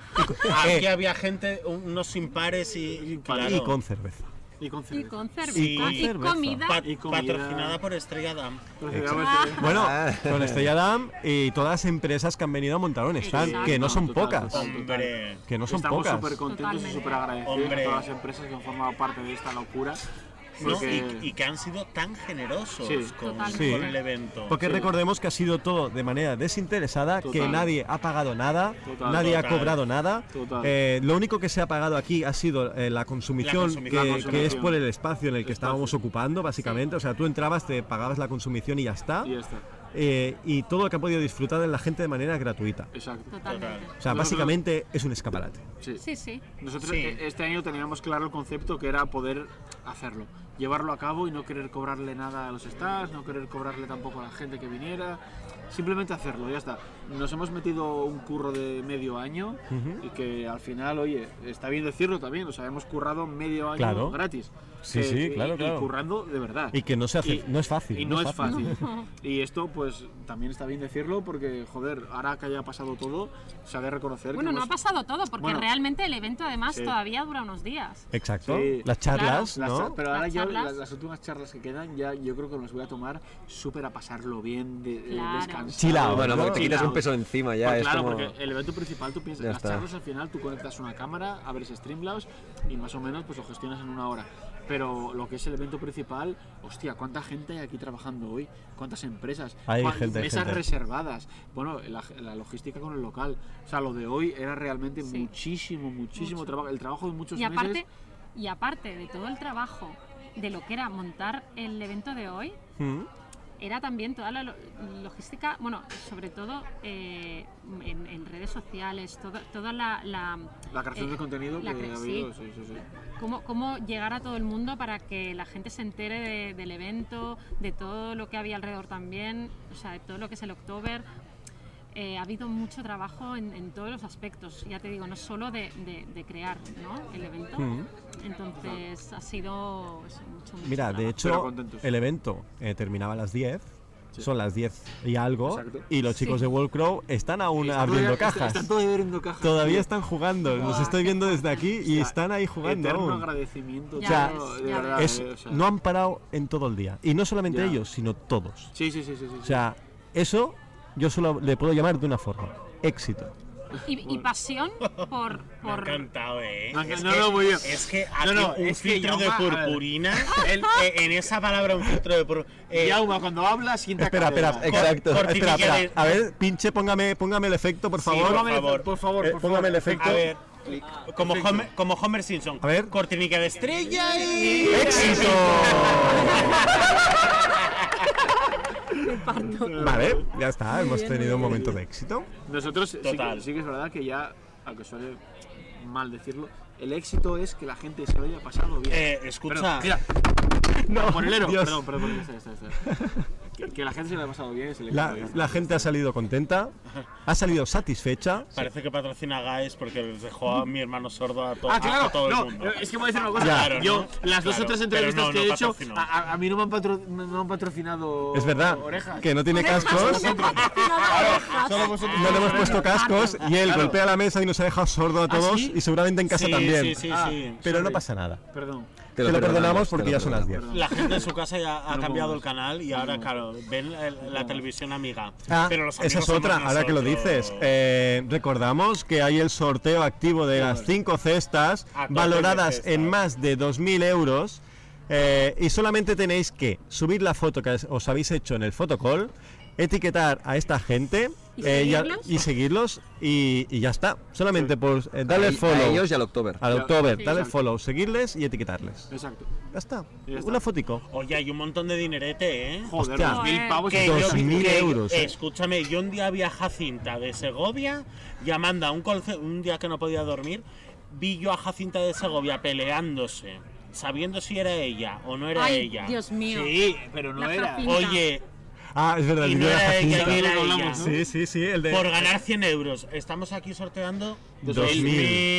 Speaker 6: Aquí había gente, unos impares y, claro,
Speaker 3: eh. y con cerveza.
Speaker 7: Y con
Speaker 4: Y
Speaker 7: cerveza.
Speaker 4: con cerveza.
Speaker 6: Sí.
Speaker 4: y
Speaker 3: Cerveza.
Speaker 4: comida.
Speaker 6: pa-
Speaker 7: Y comida.
Speaker 6: patrocinada por Estrella Damm.
Speaker 7: Pero
Speaker 3: Exacto.
Speaker 7: realmente-
Speaker 3: Bueno,
Speaker 5: Ah.
Speaker 3: con Estrella
Speaker 7: (laughs)
Speaker 3: Damm y todas las empresas que han venido a montar un stand,
Speaker 4: Exacto,
Speaker 3: que no son
Speaker 7: total,
Speaker 3: pocas.
Speaker 7: total.
Speaker 6: Hombre,
Speaker 3: Que no son
Speaker 7: Estamos
Speaker 3: pocas.
Speaker 7: súper contentos y
Speaker 4: Totalmente.
Speaker 7: súper agradecidos
Speaker 6: Hombre.
Speaker 7: a todas las empresas que han formado parte de esta locura.
Speaker 6: ¿no?
Speaker 7: porque-
Speaker 6: y, y que han sido tan generosos
Speaker 7: Sí.
Speaker 6: con,
Speaker 4: Totalmente.
Speaker 6: con el evento.
Speaker 3: Porque recordemos que ha sido todo de manera desinteresada, que
Speaker 7: Total.
Speaker 3: nadie ha pagado nada,
Speaker 7: Total.
Speaker 3: nadie ha
Speaker 6: Total.
Speaker 3: cobrado nada.
Speaker 7: Total.
Speaker 3: Eh, lo único que se ha pagado aquí ha sido eh, la
Speaker 6: La
Speaker 3: consumición,
Speaker 6: consumición.
Speaker 3: que,
Speaker 6: La
Speaker 7: consumición.
Speaker 3: que es por el espacio en el que estábamos
Speaker 7: espacio.
Speaker 3: ocupando, básicamente. O sea, tú entrabas, te pagabas la consumición y ya está.
Speaker 7: Y ya está.
Speaker 3: Eh, y todo lo que ha podido disfrutar de la gente de manera gratuita.
Speaker 7: Exacto.
Speaker 4: Totalmente.
Speaker 3: O sea,
Speaker 7: Nosotros-
Speaker 3: básicamente es un escaparate.
Speaker 7: Sí.
Speaker 4: Sí, sí.
Speaker 7: Nosotros
Speaker 6: Sí.
Speaker 7: e- este año teníamos claro el concepto que era poder hacerlo, llevarlo a cabo y no querer cobrarle nada a los stars, no querer cobrarle tampoco a la gente que viniera, simplemente hacerlo, ya está. Nos hemos metido un curro de medio año y que al final, oye, está bien decirlo también, o sea, hemos currado medio año
Speaker 3: Claro.
Speaker 7: gratis. Eh,
Speaker 3: Sí, sí,
Speaker 7: y-
Speaker 3: claro,
Speaker 7: y
Speaker 3: claro.
Speaker 7: currando de verdad.
Speaker 3: Y que no se hace,
Speaker 7: Y-
Speaker 3: no es fácil.
Speaker 7: Y no, es fácil.
Speaker 4: (laughs)
Speaker 7: Y esto, pues, también está bien decirlo porque, joder, ahora que haya pasado todo, se ha de reconocer
Speaker 4: Bueno,
Speaker 7: que
Speaker 4: no ha
Speaker 7: hemos-
Speaker 4: pasado todo, porque
Speaker 7: Bueno.
Speaker 4: realmente el evento además
Speaker 7: Sí.
Speaker 4: todavía dura unos días.
Speaker 3: Exacto.
Speaker 7: Sí.
Speaker 3: Las charlas,
Speaker 7: Las
Speaker 3: ¿no?
Speaker 7: cha- pero ahora
Speaker 4: Las
Speaker 7: ya
Speaker 4: charlas.
Speaker 7: las, las últimas charlas que quedan, ya yo creo que me las voy a tomar súper a pasarlo bien, de, de-
Speaker 4: Claro.
Speaker 7: descansado.
Speaker 3: Chill out,
Speaker 5: Ah, Bueno,
Speaker 3: ¿no?
Speaker 5: porque te quitas
Speaker 7: Chill
Speaker 5: un
Speaker 7: out.
Speaker 5: peso encima ya.
Speaker 7: Porque,
Speaker 5: es
Speaker 7: Pues claro,
Speaker 5: como...
Speaker 7: porque el evento principal tú piensas,
Speaker 5: Ya
Speaker 7: las
Speaker 5: está.
Speaker 7: charlas al final tú conectas una cámara, abres Streamlabs y más o menos pues lo gestionas en una hora. Pero lo que es el evento principal, hostia, ¿cuánta gente hay aquí trabajando hoy? ¿Cuántas empresas?
Speaker 3: Hay
Speaker 7: ¿Cuán-
Speaker 3: gente, hay
Speaker 7: mesas
Speaker 3: gente.
Speaker 7: reservadas. Bueno, la, la logística con el local. O sea, lo de hoy era realmente muchísimo, muchísimo
Speaker 4: Mucho.
Speaker 7: trabajo. El trabajo de muchos
Speaker 4: Y aparte,
Speaker 7: meses.
Speaker 4: y aparte de todo el trabajo de lo que era montar el evento de hoy,
Speaker 3: Mm.
Speaker 4: era también toda la lo- logística, bueno, sobre todo eh, en, en redes sociales, todo- toda la... la,
Speaker 7: La creación
Speaker 4: eh,
Speaker 7: de contenido que
Speaker 4: la cre-
Speaker 7: ha
Speaker 4: sí,
Speaker 7: habido, sí, sí, sí.
Speaker 4: cómo, cómo llegar a todo el mundo para que la gente se entere de- del evento, de todo lo que había alrededor también, o sea, de todo lo que es el October. Eh, ha habido mucho trabajo en, en todos los aspectos, ya te digo, no solo de, de- de crear ¿no? el evento.
Speaker 3: Mm.
Speaker 4: Entonces ha sido eso, mucho, mucho
Speaker 3: Mira, de
Speaker 4: trabajo.
Speaker 7: Ah, Pero
Speaker 3: hecho,
Speaker 7: contentos.
Speaker 3: el evento eh, terminaba a las 10. Son las 10 y algo.
Speaker 7: Exacto.
Speaker 3: Y los chicos
Speaker 4: Sí.
Speaker 3: de World Crow están aún
Speaker 7: Están
Speaker 3: abriendo
Speaker 7: todavía-
Speaker 3: cajas.
Speaker 7: Están todavía abriendo cajas.
Speaker 3: Todavía
Speaker 7: tío.
Speaker 3: están jugando. Los
Speaker 4: Buah,
Speaker 3: estoy
Speaker 4: qué
Speaker 3: viendo desde aquí y
Speaker 7: O sea,
Speaker 3: están ahí jugando
Speaker 7: Eterno
Speaker 3: aún.
Speaker 7: agradecimiento.
Speaker 4: Ya
Speaker 3: sea,
Speaker 7: tío,
Speaker 4: ves,
Speaker 7: de
Speaker 4: ya
Speaker 7: verdad,
Speaker 3: Es-
Speaker 7: eh, o sea.
Speaker 3: no han parado en todo el día. Y no solamente
Speaker 7: Ya.
Speaker 3: ellos, sino todos.
Speaker 7: Sí, sí, sí, sí, sí.
Speaker 3: O sea, eso yo solo le puedo llamar de una forma. éxito.
Speaker 4: Y, y pasión por,
Speaker 6: Me ha
Speaker 4: por
Speaker 6: encantado, eh.
Speaker 7: Me ha
Speaker 6: Es
Speaker 7: encantado,
Speaker 6: que-
Speaker 7: no, muy bien.
Speaker 6: Es que aquí
Speaker 7: No, no,
Speaker 6: un
Speaker 7: es que
Speaker 6: filtro de
Speaker 7: Jaume- a ver.
Speaker 6: purpurina. el- eh, en esa palabra, un filtro de purpurina.
Speaker 7: Yauma, cuando habla, sienta
Speaker 3: Espera,
Speaker 7: cátedra.
Speaker 3: espera,
Speaker 5: Exacto.
Speaker 3: espera, espera,
Speaker 6: Cortinilla
Speaker 3: espera. A ver, pinche, póngame, póngame el efecto, por favor.
Speaker 6: por favor.
Speaker 7: Por favor,
Speaker 3: Eh,
Speaker 7: por favor.
Speaker 3: póngame el efecto.
Speaker 6: a ver. Como Homer, como Homer Simpson.
Speaker 3: A ver.
Speaker 6: Cortinica de estrella y.
Speaker 3: ¡Éxito! vale, ya está, hemos tenido un momento de éxito.
Speaker 7: Nosotros sí que-
Speaker 6: Total.
Speaker 7: sí que es verdad que ya, aunque suene mal decirlo, el éxito es que la gente se lo haya pasado bien.
Speaker 6: Eh, escucha.
Speaker 7: Pero,
Speaker 3: (laughs)
Speaker 7: mira, por el héroe.
Speaker 3: Dios.
Speaker 7: Perdón, perdón, perdón, ya está, ya está, ya está. Que, que la gente se lo haya pasado bien es el éxito.
Speaker 3: La, la gente ha salido contenta, ha salido satisfecha.
Speaker 6: Parece que patrocina a Guys porque les dejó a mi hermano sordo a, to-
Speaker 7: Ah,
Speaker 6: a- a todo
Speaker 7: claro,
Speaker 6: el
Speaker 7: no,
Speaker 6: mundo.
Speaker 7: eh, es que voy a decir una cosa.
Speaker 3: Ya.
Speaker 6: Claro,
Speaker 7: yo,
Speaker 6: ¿no?
Speaker 7: las dos
Speaker 6: Claro,
Speaker 7: o tres
Speaker 6: pero
Speaker 7: entrevistas
Speaker 6: no,
Speaker 7: que
Speaker 6: no
Speaker 7: he hecho,
Speaker 6: patrocinó.
Speaker 7: a, a- a mí no me han, patro- no- no han patrocinado.
Speaker 3: Es verdad
Speaker 7: Orejas.
Speaker 3: que no tiene cascos, no le hemos puesto cascos y él golpea la mesa y nos ha dejado sordo a todos
Speaker 7: sí?
Speaker 3: y seguramente en casa
Speaker 6: Sí,
Speaker 3: también.
Speaker 6: sí, sí,
Speaker 7: Ah.
Speaker 6: sí.
Speaker 3: Pero no pasa nada.
Speaker 7: Perdón.
Speaker 3: Te lo, perdonamos porque ya son las 10.
Speaker 6: La gente en su casa ya ha cambiado el canal y ahora,
Speaker 7: no.
Speaker 6: claro, ven la, la televisión amiga.
Speaker 3: Ah,
Speaker 6: Pero los
Speaker 3: esa
Speaker 6: amigos
Speaker 3: es otra,
Speaker 6: somos
Speaker 3: ahora que lo
Speaker 6: nosotros.
Speaker 3: dices. Eh, recordamos que hay el sorteo activo de las 5 cestas,
Speaker 6: A tope de
Speaker 3: valoradas
Speaker 6: cestas.
Speaker 3: en más de 2.000 euros. eh, y solamente tenéis que subir la foto que os habéis hecho en el fotocall, etiquetar a esta gente
Speaker 4: ¿Y
Speaker 3: eh, a-
Speaker 4: seguirlos?
Speaker 3: y, seguirlos y, y ya está. Solamente por eh, darle
Speaker 5: A-
Speaker 3: follow
Speaker 5: A ellos y al October.
Speaker 3: al October,
Speaker 7: Sí,
Speaker 3: darle
Speaker 7: exacto.
Speaker 3: follow, seguirles y etiquetarles.
Speaker 7: Exacto.
Speaker 3: Ya está.
Speaker 7: Ya está.
Speaker 3: Una fotico.
Speaker 6: Oye, hay un montón de dinerete, ¿eh?
Speaker 7: Joder,
Speaker 3: Hostia.
Speaker 7: dos mil pavos
Speaker 6: Que
Speaker 7: y
Speaker 6: yo-
Speaker 7: todo.
Speaker 3: 2.000
Speaker 6: que-
Speaker 3: euros, eh.
Speaker 6: Escúchame, yo un día vi a Jacinta de Segovia llamando a un call ce- un día que no podía dormir, vi yo a Jacinta de Segovia peleándose, sabiendo si era ella o no era
Speaker 4: Ay,
Speaker 6: ella.
Speaker 4: Dios mío.
Speaker 6: Sí, pero no.
Speaker 4: la Jacinta.
Speaker 6: Oye,
Speaker 3: Ah, es verdad,
Speaker 6: Y
Speaker 3: el
Speaker 6: no
Speaker 3: de la
Speaker 6: era
Speaker 3: (laughs)
Speaker 6: ella,
Speaker 3: Jacinta.
Speaker 6: era ella.
Speaker 3: Sí, sí, sí, el de...
Speaker 6: por ganar 100 euros, estamos aquí sorteando
Speaker 3: 2.000.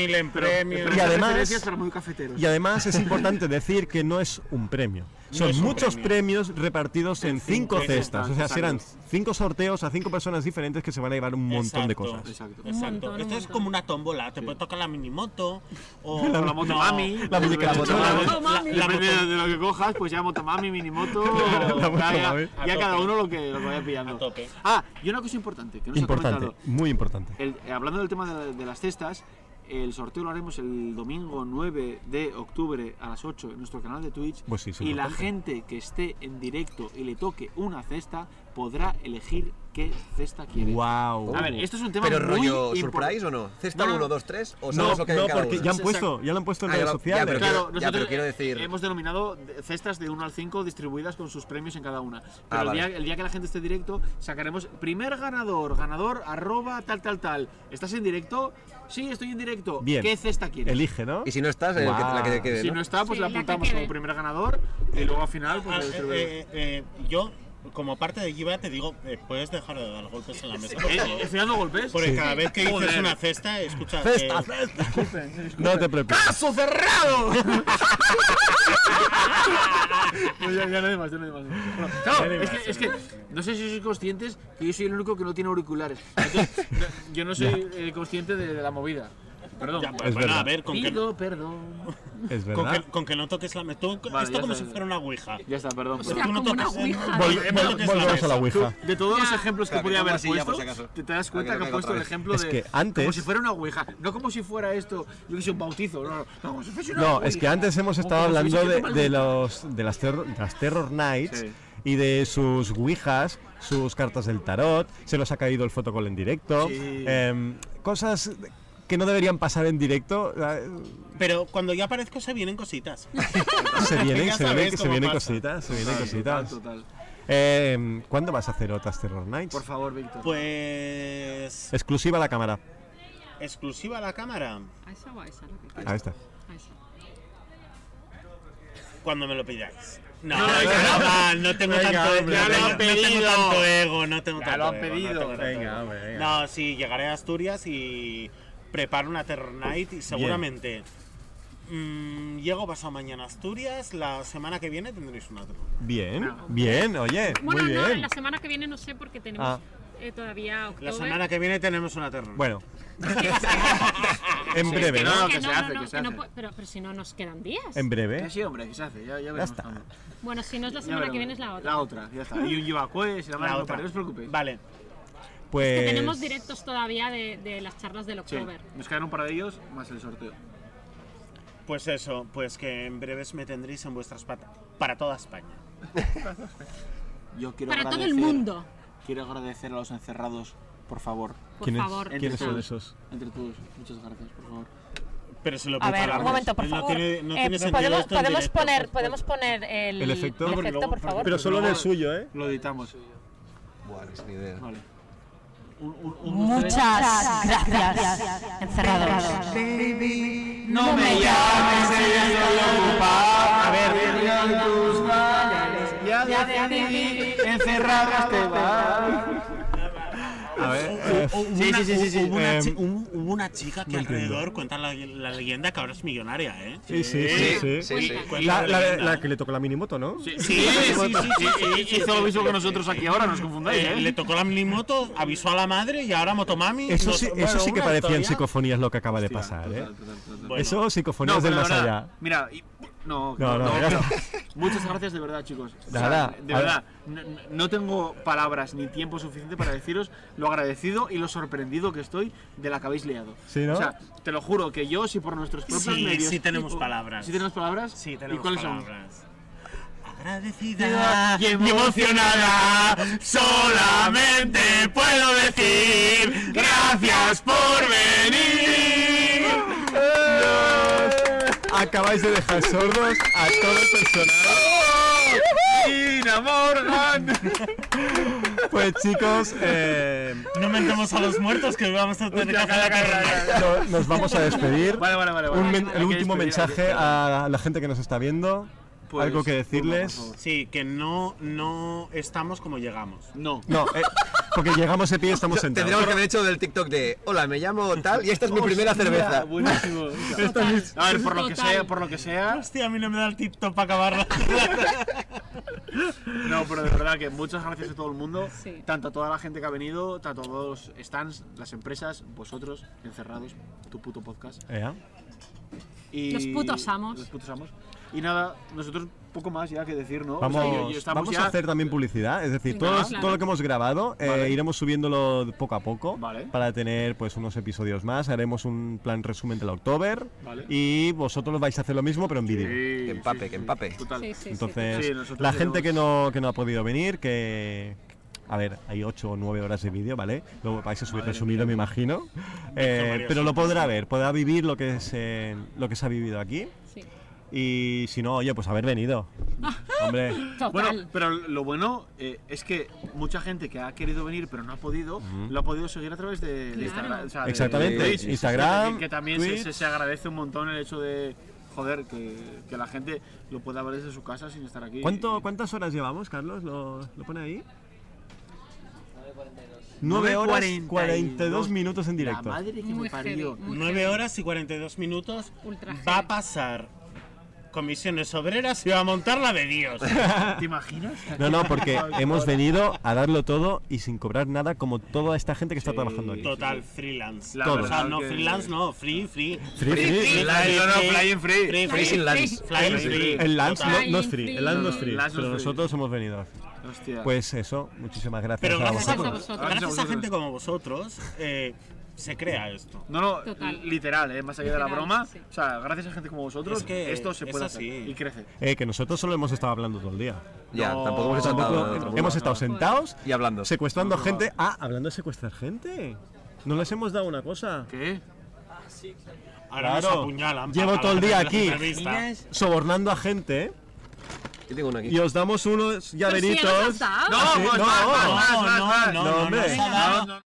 Speaker 6: 2.000 en premio.
Speaker 7: Pero
Speaker 3: Y
Speaker 7: esas
Speaker 3: además-
Speaker 7: referencias eran muy cafeteros.
Speaker 3: Y además es importante decir que no es un premio.
Speaker 6: No
Speaker 3: Son
Speaker 6: es un
Speaker 3: muchos
Speaker 6: premio.
Speaker 3: premios repartidos en cinco
Speaker 6: cinco
Speaker 3: cestas. O sea,
Speaker 7: cestas,
Speaker 3: serán
Speaker 7: exacto.
Speaker 3: cinco sorteos a cinco personas diferentes que se van a llevar un montón de
Speaker 6: Exacto.
Speaker 3: cosas.
Speaker 7: Exacto.
Speaker 4: Un
Speaker 6: Exacto.
Speaker 4: montón,
Speaker 6: Esto
Speaker 4: un
Speaker 6: es
Speaker 4: montón.
Speaker 6: como una tómbola. Te puede tocar la minimoto
Speaker 3: (laughs)
Speaker 6: o
Speaker 7: La motomami.
Speaker 3: La muñeca
Speaker 7: La
Speaker 3: chula.
Speaker 7: motomami.
Speaker 6: La
Speaker 7: Depende
Speaker 6: moto-
Speaker 7: de lo que cojas, pues ya motomami, minimoto.
Speaker 3: (laughs) La
Speaker 7: ya, ya-
Speaker 3: motomami.
Speaker 7: ya
Speaker 6: A
Speaker 7: cada
Speaker 6: tope.
Speaker 7: uno lo que, lo que vaya pillando.
Speaker 6: A tope.
Speaker 7: Ah, y una cosa importante que no se ha
Speaker 3: Importante,
Speaker 7: comentado.
Speaker 3: muy importante.
Speaker 7: El- eh, hablando del tema de, la- de las cestas, el sorteo lo haremos el domingo 9 de octubre a las 8 en nuestro canal de Twitch.
Speaker 3: Pues sí, es
Speaker 7: y la
Speaker 3: importante.
Speaker 7: gente que esté en directo y le toque una cesta podrá elegir qué cesta quiere.
Speaker 3: Wow.
Speaker 7: A ver, esto es un tema
Speaker 5: Uh. Pero
Speaker 7: muy
Speaker 5: rollo
Speaker 7: impor-
Speaker 5: surprise o no? ¿Cesta
Speaker 7: No, no.
Speaker 5: 1, 2, 3? ¿O
Speaker 3: No,
Speaker 5: sabes lo que hay
Speaker 3: no,
Speaker 5: en cada
Speaker 3: porque
Speaker 5: uno?
Speaker 3: ya han
Speaker 7: Sí,
Speaker 3: puesto, ya lo han puesto en
Speaker 5: Ah, ya
Speaker 3: redes
Speaker 5: lo- ya, pero
Speaker 3: sociales.
Speaker 5: que-
Speaker 7: Claro,
Speaker 5: Ya,
Speaker 7: nosotros
Speaker 5: pero quiero decir-
Speaker 7: hemos denominado de- cestas de 1 al 5 distribuidas con sus premios en cada una. Pero
Speaker 5: Ah,
Speaker 7: el,
Speaker 5: vale.
Speaker 7: día, el día que la gente esté directo, sacaremos primer ganador, ganador, arroba, tal, tal, tal. ¿Estás en directo? Sí, estoy en directo.
Speaker 3: Bien.
Speaker 7: ¿Qué cesta quieres?
Speaker 3: Elige, ¿no?
Speaker 5: Y si no estás, el que-
Speaker 3: Guau.
Speaker 5: la que te quede.
Speaker 7: Si
Speaker 5: ¿no?
Speaker 7: no está, pues
Speaker 4: Sí,
Speaker 7: la
Speaker 4: la que
Speaker 7: apuntamos
Speaker 4: quede.
Speaker 7: como primer ganador y luego al final, pues
Speaker 6: Ah,
Speaker 7: la
Speaker 6: eh,
Speaker 7: distribuimos.
Speaker 6: eh, eh, yo, como parte de Giva, te digo, eh, puedes dejar de dar golpes en la mesa. por
Speaker 7: Eh,
Speaker 6: favor?
Speaker 7: eh, estoy dando golpes.
Speaker 6: Porque cada vez que dices una cesta, escucha. eh, ¡Cesta, (laughs)
Speaker 3: No te preocupes.
Speaker 7: ¡Caso cerrado! No, ya, ya no hay más, ya no hay más. Bueno, claro,
Speaker 6: no hay
Speaker 7: es,
Speaker 6: más,
Speaker 7: que, es
Speaker 6: ya no
Speaker 7: que no sé si sois conscientes que yo soy el único que no tiene auriculares. Entonces, no, yo no soy eh, consciente de, de la movida. Perdón.
Speaker 3: Es
Speaker 6: pues, bueno,
Speaker 3: verdad.
Speaker 6: a ver, con que,
Speaker 7: Pido perdón.
Speaker 3: Es
Speaker 6: con que,
Speaker 3: verdad.
Speaker 6: con que no toques la mesa. Tú,
Speaker 7: ya
Speaker 6: esto como
Speaker 7: está,
Speaker 6: si
Speaker 7: ya
Speaker 6: fuera una ouija.
Speaker 7: Ya está, perdón.
Speaker 3: Pues
Speaker 4: sea,
Speaker 7: perdón.
Speaker 4: como una ouija.
Speaker 3: Vol-
Speaker 6: eh,
Speaker 3: vol-
Speaker 6: toques la
Speaker 3: Volvemos a la
Speaker 6: mesa.
Speaker 3: Ouija.
Speaker 7: De todos los
Speaker 4: Ya.
Speaker 7: ejemplos que
Speaker 5: Claro,
Speaker 7: podía
Speaker 5: que pongo
Speaker 7: haber
Speaker 5: así
Speaker 7: puesto,
Speaker 5: ya, por si acaso.
Speaker 7: te, te das
Speaker 5: Ah,
Speaker 7: cuenta
Speaker 5: que
Speaker 7: que
Speaker 5: no
Speaker 7: ha
Speaker 5: caiga
Speaker 7: puesto
Speaker 5: otra
Speaker 7: el
Speaker 5: vez.
Speaker 7: ejemplo
Speaker 3: Es
Speaker 7: de.
Speaker 3: que antes-
Speaker 7: Como si fuera una ouija. No como si fuera esto, yo que sé, un bautizo. No, no, no, como si fuese una
Speaker 3: No, es que
Speaker 7: ouija.
Speaker 3: antes hemos
Speaker 7: O
Speaker 3: estado
Speaker 7: como si
Speaker 3: hablando
Speaker 7: fuese
Speaker 3: de,
Speaker 7: que
Speaker 3: de
Speaker 7: toma el-
Speaker 3: los, de, las terror, de las Terror Nights
Speaker 7: Sí.
Speaker 3: y de sus Ouijas, sus cartas del tarot, se los ha caído el fotocall en directo,
Speaker 7: Sí.
Speaker 3: em, cosas que no deberían pasar en directo, eh,
Speaker 6: Pero cuando yo aparezco, se vienen cositas.
Speaker 7: (laughs)
Speaker 3: se vienen,
Speaker 6: Ya
Speaker 3: se
Speaker 6: sabéis
Speaker 3: vienen, se
Speaker 6: cómo
Speaker 3: vienen
Speaker 6: pasa.
Speaker 3: cositas, se vienen
Speaker 7: Total,
Speaker 3: cositas.
Speaker 7: total.
Speaker 3: Em, ¿Cuándo vas a hacer otras Terror Nights?
Speaker 7: Por favor, Víctor.
Speaker 6: Pues.
Speaker 3: Exclusiva a la cámara.
Speaker 6: Exclusiva a la cámara.
Speaker 4: ¿A esa o a esa? La que quieras.
Speaker 3: Ahí está.
Speaker 4: A esa.
Speaker 6: Cuando me lo pidáis. No, no, no, no tengo tanto ego.
Speaker 7: ya lo
Speaker 6: no
Speaker 7: han
Speaker 6: tengo- no tengo
Speaker 7: pedido.
Speaker 6: tanto ego. No tengo
Speaker 7: Ya
Speaker 6: tanto
Speaker 7: lo han
Speaker 6: ego, no
Speaker 7: pedido.
Speaker 6: tengo tanto
Speaker 7: Venga,
Speaker 6: ego.
Speaker 7: hombre,
Speaker 6: No, sí, llegaré a Asturias y preparo una Terror Night y seguramente. mm, llego pasado mañana a Asturias. La semana que viene tendréis una Terror Night.
Speaker 3: Bien, bien, oye,
Speaker 4: Bueno,
Speaker 3: muy
Speaker 4: no,
Speaker 3: bien.
Speaker 4: la semana que viene no sé porque tenemos
Speaker 3: Ah.
Speaker 4: eh, todavía octubre.
Speaker 6: La semana que viene tenemos una Terror Night.
Speaker 3: Bueno,
Speaker 4: (laughs)
Speaker 3: en breve,
Speaker 7: no,
Speaker 3: ¿no?
Speaker 7: no,
Speaker 4: Que
Speaker 7: que se
Speaker 4: no, no,
Speaker 7: hace,
Speaker 4: no,
Speaker 7: que se
Speaker 4: que no
Speaker 7: hace.
Speaker 4: pu- pero, pero si no nos quedan días.
Speaker 3: En breve.
Speaker 7: Que sí, hombre, que se hace. Ya, ya veremos
Speaker 3: está.
Speaker 7: cuándo. Ya
Speaker 4: Bueno, si no es la semana
Speaker 7: veremos.
Speaker 4: que viene es la otra.
Speaker 7: La otra, ya está. Y un Yivacués y la,
Speaker 6: La
Speaker 7: madre,
Speaker 6: otra.
Speaker 7: No os preocupéis.
Speaker 6: Vale.
Speaker 3: Pues.
Speaker 4: Que tenemos directos todavía de, de las charlas del
Speaker 7: Sí,
Speaker 4: October.
Speaker 7: nos quedan un par de ellos más el sorteo.
Speaker 6: Pues eso, pues que en breves me tendréis en vuestras patas. Para toda España.
Speaker 7: Yo quiero
Speaker 4: Para todo el
Speaker 7: agradecer-
Speaker 4: mundo,
Speaker 7: Quiero agradecer a los encerrados, por favor.
Speaker 4: por
Speaker 3: ¿Quién es?
Speaker 4: favor.
Speaker 7: Entre
Speaker 3: ¿Quiénes son
Speaker 7: todos,
Speaker 3: esos?
Speaker 7: Entre todos, muchas gracias, por favor.
Speaker 6: Pero se lo
Speaker 9: A ver, un
Speaker 6: preparamos.
Speaker 9: momento, por
Speaker 6: No
Speaker 9: favor.
Speaker 6: tiene- no
Speaker 9: Eh,
Speaker 6: tiene sentido
Speaker 9: podemos,
Speaker 6: esto en
Speaker 9: podemos
Speaker 6: directo,
Speaker 9: poner,
Speaker 6: pues,
Speaker 9: podemos poner el,
Speaker 3: ¿El efecto?
Speaker 9: el
Speaker 3: Porque
Speaker 9: efecto,
Speaker 6: luego-
Speaker 9: por favor.
Speaker 3: Pero solo del
Speaker 7: luego-
Speaker 3: suyo, ¿eh?
Speaker 7: Lo editamos.
Speaker 5: Buah, no es ni idea.
Speaker 7: Vale. Un, un- un-
Speaker 9: Muchas gracias, encerrados.
Speaker 7: No me llames, ella estoy ocupada. A ver, tus mañanas. Ya decidí, encerrados te vas.
Speaker 3: A ver. eh,
Speaker 6: Hubo
Speaker 3: sí,
Speaker 6: una-
Speaker 3: sí, sí, sí, sí.
Speaker 6: Hubo una,
Speaker 3: eh,
Speaker 6: chi- hubo- hubo una chica que
Speaker 3: no entiendo.
Speaker 6: alrededor cuenta la, la leyenda que ahora es millonaria, ¿eh?
Speaker 3: Sí, sí, sí. sí.
Speaker 5: Sí, sí.
Speaker 6: Cuenta
Speaker 3: La, la-
Speaker 6: leyenda.
Speaker 3: la que le tocó la minimoto, ¿no?
Speaker 10: Sí,
Speaker 6: Sí, sí, sí, sí, sí, sí,
Speaker 10: Hizo lo
Speaker 6: sí,
Speaker 10: mismo que
Speaker 6: sí, sí,
Speaker 10: nosotros
Speaker 6: sí,
Speaker 10: aquí
Speaker 6: sí.
Speaker 10: ahora, no os confundáis,
Speaker 6: Eh,
Speaker 10: ¿eh?
Speaker 6: le tocó la minimoto, avisó a la madre y ahora Motomami.
Speaker 3: Eso
Speaker 6: no
Speaker 3: sí,
Speaker 6: sé,
Speaker 3: eso
Speaker 6: bueno,
Speaker 3: sí que
Speaker 6: una
Speaker 3: parecían
Speaker 6: historia.
Speaker 3: psicofonías lo que acaba de pasar, ¿eh?
Speaker 7: Total, total, total.
Speaker 6: Bueno.
Speaker 3: Eso, psicofonías
Speaker 7: No,
Speaker 3: del
Speaker 7: pero
Speaker 3: más
Speaker 7: ahora,
Speaker 3: allá.
Speaker 7: Mira, y- no,
Speaker 3: No, no,
Speaker 7: no,
Speaker 3: ya no.
Speaker 7: (laughs) Muchas gracias de verdad, chicos. O sea,
Speaker 3: nada,
Speaker 7: de
Speaker 3: a ver.
Speaker 7: verdad, no, no tengo palabras ni tiempo suficiente para deciros lo agradecido y lo sorprendido que estoy de la que habéis liado.
Speaker 3: Sí, ¿no?
Speaker 7: O sea, te lo juro que yo, si por nuestros propios
Speaker 6: Sí,
Speaker 7: medios.
Speaker 6: sí tenemos
Speaker 7: y-
Speaker 6: palabras.
Speaker 7: ¿Sí tenemos palabras?
Speaker 6: Sí,
Speaker 7: ¿Y
Speaker 6: tenemos
Speaker 7: cuáles
Speaker 6: palabras. Agradecida
Speaker 7: Y
Speaker 6: (laughs) y emocionada, solamente puedo decir gracias por venir.
Speaker 3: Acabáis de dejar sordos a todo el personal. Pues chicos, eh,
Speaker 6: No mentemos a los muertos que vamos a tener que acabar la
Speaker 3: no- nos vamos a despedir.
Speaker 7: son? Vale, vale, vale. vale.
Speaker 3: Un men- el
Speaker 7: Hay que
Speaker 3: último
Speaker 7: despedir, hay que
Speaker 3: mensaje
Speaker 7: despedir.
Speaker 3: a la gente que nos está viendo.
Speaker 7: Pues,
Speaker 3: Algo que
Speaker 7: Pulpo, por
Speaker 3: decirles.
Speaker 7: favor.
Speaker 6: Sí, que no, no estamos como llegamos.
Speaker 7: No.
Speaker 3: No, eh, porque llegamos de pie y estamos
Speaker 5: Tendríamos
Speaker 3: sentados.
Speaker 5: que haber hecho del TikTok de Hola, me llamo tal y esta es mi primera
Speaker 7: (laughs)
Speaker 5: cerveza.
Speaker 7: Buenísimo.
Speaker 10: A ver, por lo que
Speaker 4: Total.
Speaker 10: sea, por lo que sea.
Speaker 6: Hostia, a mí no me da el tip top para
Speaker 3: (laughs)
Speaker 6: acabarla.
Speaker 7: No, pero de verdad que muchas gracias a todo el mundo,
Speaker 4: Sí.
Speaker 7: tanto a toda la gente que ha venido, tanto a todos los stands, las empresas, vosotros, encerrados, tu puto podcast.
Speaker 3: Eh,
Speaker 7: Y
Speaker 4: Los putos amos.
Speaker 7: Los putos amos. Y nada, nosotros poco más ya que decir, ¿no?
Speaker 3: Vamos,
Speaker 7: O sea, yo- yo estamos
Speaker 3: vamos
Speaker 7: ya-
Speaker 3: a hacer también publicidad, es decir,
Speaker 4: Venga,
Speaker 3: todos-
Speaker 4: claro.
Speaker 3: todo lo que hemos grabado eh,
Speaker 7: Vale.
Speaker 3: iremos subiéndolo de poco a poco
Speaker 7: Vale.
Speaker 3: para tener pues unos episodios más, haremos un plan resumen del October
Speaker 7: Vale.
Speaker 3: y vosotros vais a hacer lo mismo pero en
Speaker 7: Sí,
Speaker 3: vídeo.
Speaker 7: sí,
Speaker 5: Que empape,
Speaker 7: sí,
Speaker 5: que
Speaker 7: sí.
Speaker 5: empape.
Speaker 7: Total.
Speaker 4: Sí, sí, sí.
Speaker 3: Entonces,
Speaker 7: Sí, nosotros
Speaker 3: la
Speaker 7: tenemos-
Speaker 3: gente que no, que no ha podido venir, que. A ver, hay 8 o 9 horas de vídeo, ¿vale? Lo vais a subir resumido, me imagino. Eh,
Speaker 6: María,
Speaker 3: pero
Speaker 6: sí,
Speaker 3: lo podrá ver, podrá vivir lo que, es, eh, lo que se ha vivido aquí.
Speaker 4: Sí.
Speaker 3: Y si no, oye, pues haber venido. Hombre,
Speaker 4: Total.
Speaker 7: Bueno, pero lo bueno eh, es que mucha gente que ha querido venir pero no ha podido, lo ha podido seguir a través de, de
Speaker 4: Claro.
Speaker 7: Instagram. o sea, de-
Speaker 3: Exactamente,
Speaker 7: de Twitch.
Speaker 3: Instagram,
Speaker 7: Que, que también se,
Speaker 3: Twitch.
Speaker 7: se- se agradece un montón el hecho de, joder, que, que la gente lo pueda ver desde su casa sin estar aquí.
Speaker 3: ¿Cuánto- ¿cuántas horas llevamos, Carlos? ¿Lo, lo pone ahí? 9
Speaker 7: 9
Speaker 3: horas 42 minutos en directo.
Speaker 7: La madre que
Speaker 4: Muy (laughs)
Speaker 7: me parió.
Speaker 4: heavy, muy
Speaker 6: 9
Speaker 4: heavy.
Speaker 6: horas y 42 minutos
Speaker 4: Ultra
Speaker 6: va a
Speaker 4: heavy.
Speaker 6: pasar comisiones obreras y va a montar la de Dios.
Speaker 7: ¿Te imaginas?
Speaker 3: No, no,
Speaker 7: (laughs)
Speaker 3: (laughs) porque hemos venido a darlo todo y sin cobrar nada como toda esta gente que está trabajando aquí.
Speaker 6: Total, freelance.
Speaker 7: La
Speaker 6: o sea,
Speaker 7: verdad
Speaker 6: no
Speaker 7: que-
Speaker 6: freelance, no, free, free.
Speaker 3: Free, free.
Speaker 5: Flying, no, no,
Speaker 6: flying free.
Speaker 5: Free sin Lance.
Speaker 6: Flying free.
Speaker 3: El Lance no,
Speaker 6: Total.
Speaker 3: no es free, el Lance no es free,
Speaker 7: Lance no es
Speaker 3: pero
Speaker 7: free.
Speaker 3: nosotros hemos venido.
Speaker 7: Hostia.
Speaker 3: Pues eso, muchísimas gracias
Speaker 6: Pero
Speaker 3: a
Speaker 6: gracias a,
Speaker 3: vosotros.
Speaker 4: vosotros.
Speaker 6: gracias a
Speaker 7: Gracias a vosotros.
Speaker 6: gente como vosotros eh, se crea esto.
Speaker 7: no, no,
Speaker 4: Total.
Speaker 7: literal, ¿eh? más allá de la
Speaker 4: Literal,
Speaker 7: broma.
Speaker 4: sí.
Speaker 7: O sea, gracias a gente como vosotros,
Speaker 6: Es que
Speaker 7: esto se
Speaker 6: es
Speaker 7: puede
Speaker 6: así.
Speaker 7: hacer y crece.
Speaker 3: Eh, que nosotros solo hemos estado hablando todo el día. Pues
Speaker 5: Ya,
Speaker 7: No,
Speaker 5: tampoco hemos hecho
Speaker 3: Tampoco-
Speaker 5: nada, tampoco.
Speaker 3: hemos estado sentados
Speaker 5: Y hablando.
Speaker 3: secuestrando gente. Ah, hablando de secuestrar gente. No les hemos dado una cosa.
Speaker 7: ¿Qué?
Speaker 6: Ahora nos
Speaker 3: Claro.
Speaker 6: apuñalan.
Speaker 3: Llevo
Speaker 6: para
Speaker 3: todo el
Speaker 6: la-
Speaker 3: día
Speaker 6: la
Speaker 3: aquí.
Speaker 6: entrevista.
Speaker 3: Sobornando a gente
Speaker 5: Yo tengo una aquí.
Speaker 3: y os damos unos
Speaker 4: Pero si ya nos has
Speaker 3: llaveritos.
Speaker 4: dado.
Speaker 7: No,
Speaker 3: sí,
Speaker 7: pues
Speaker 3: no,
Speaker 7: más,
Speaker 6: ¿eh?
Speaker 7: más,
Speaker 6: No,
Speaker 7: más,
Speaker 6: no,
Speaker 7: más,
Speaker 6: no,
Speaker 7: más.
Speaker 6: no,
Speaker 3: No,
Speaker 6: no,
Speaker 3: hombre.
Speaker 6: nos ha dado.
Speaker 5: No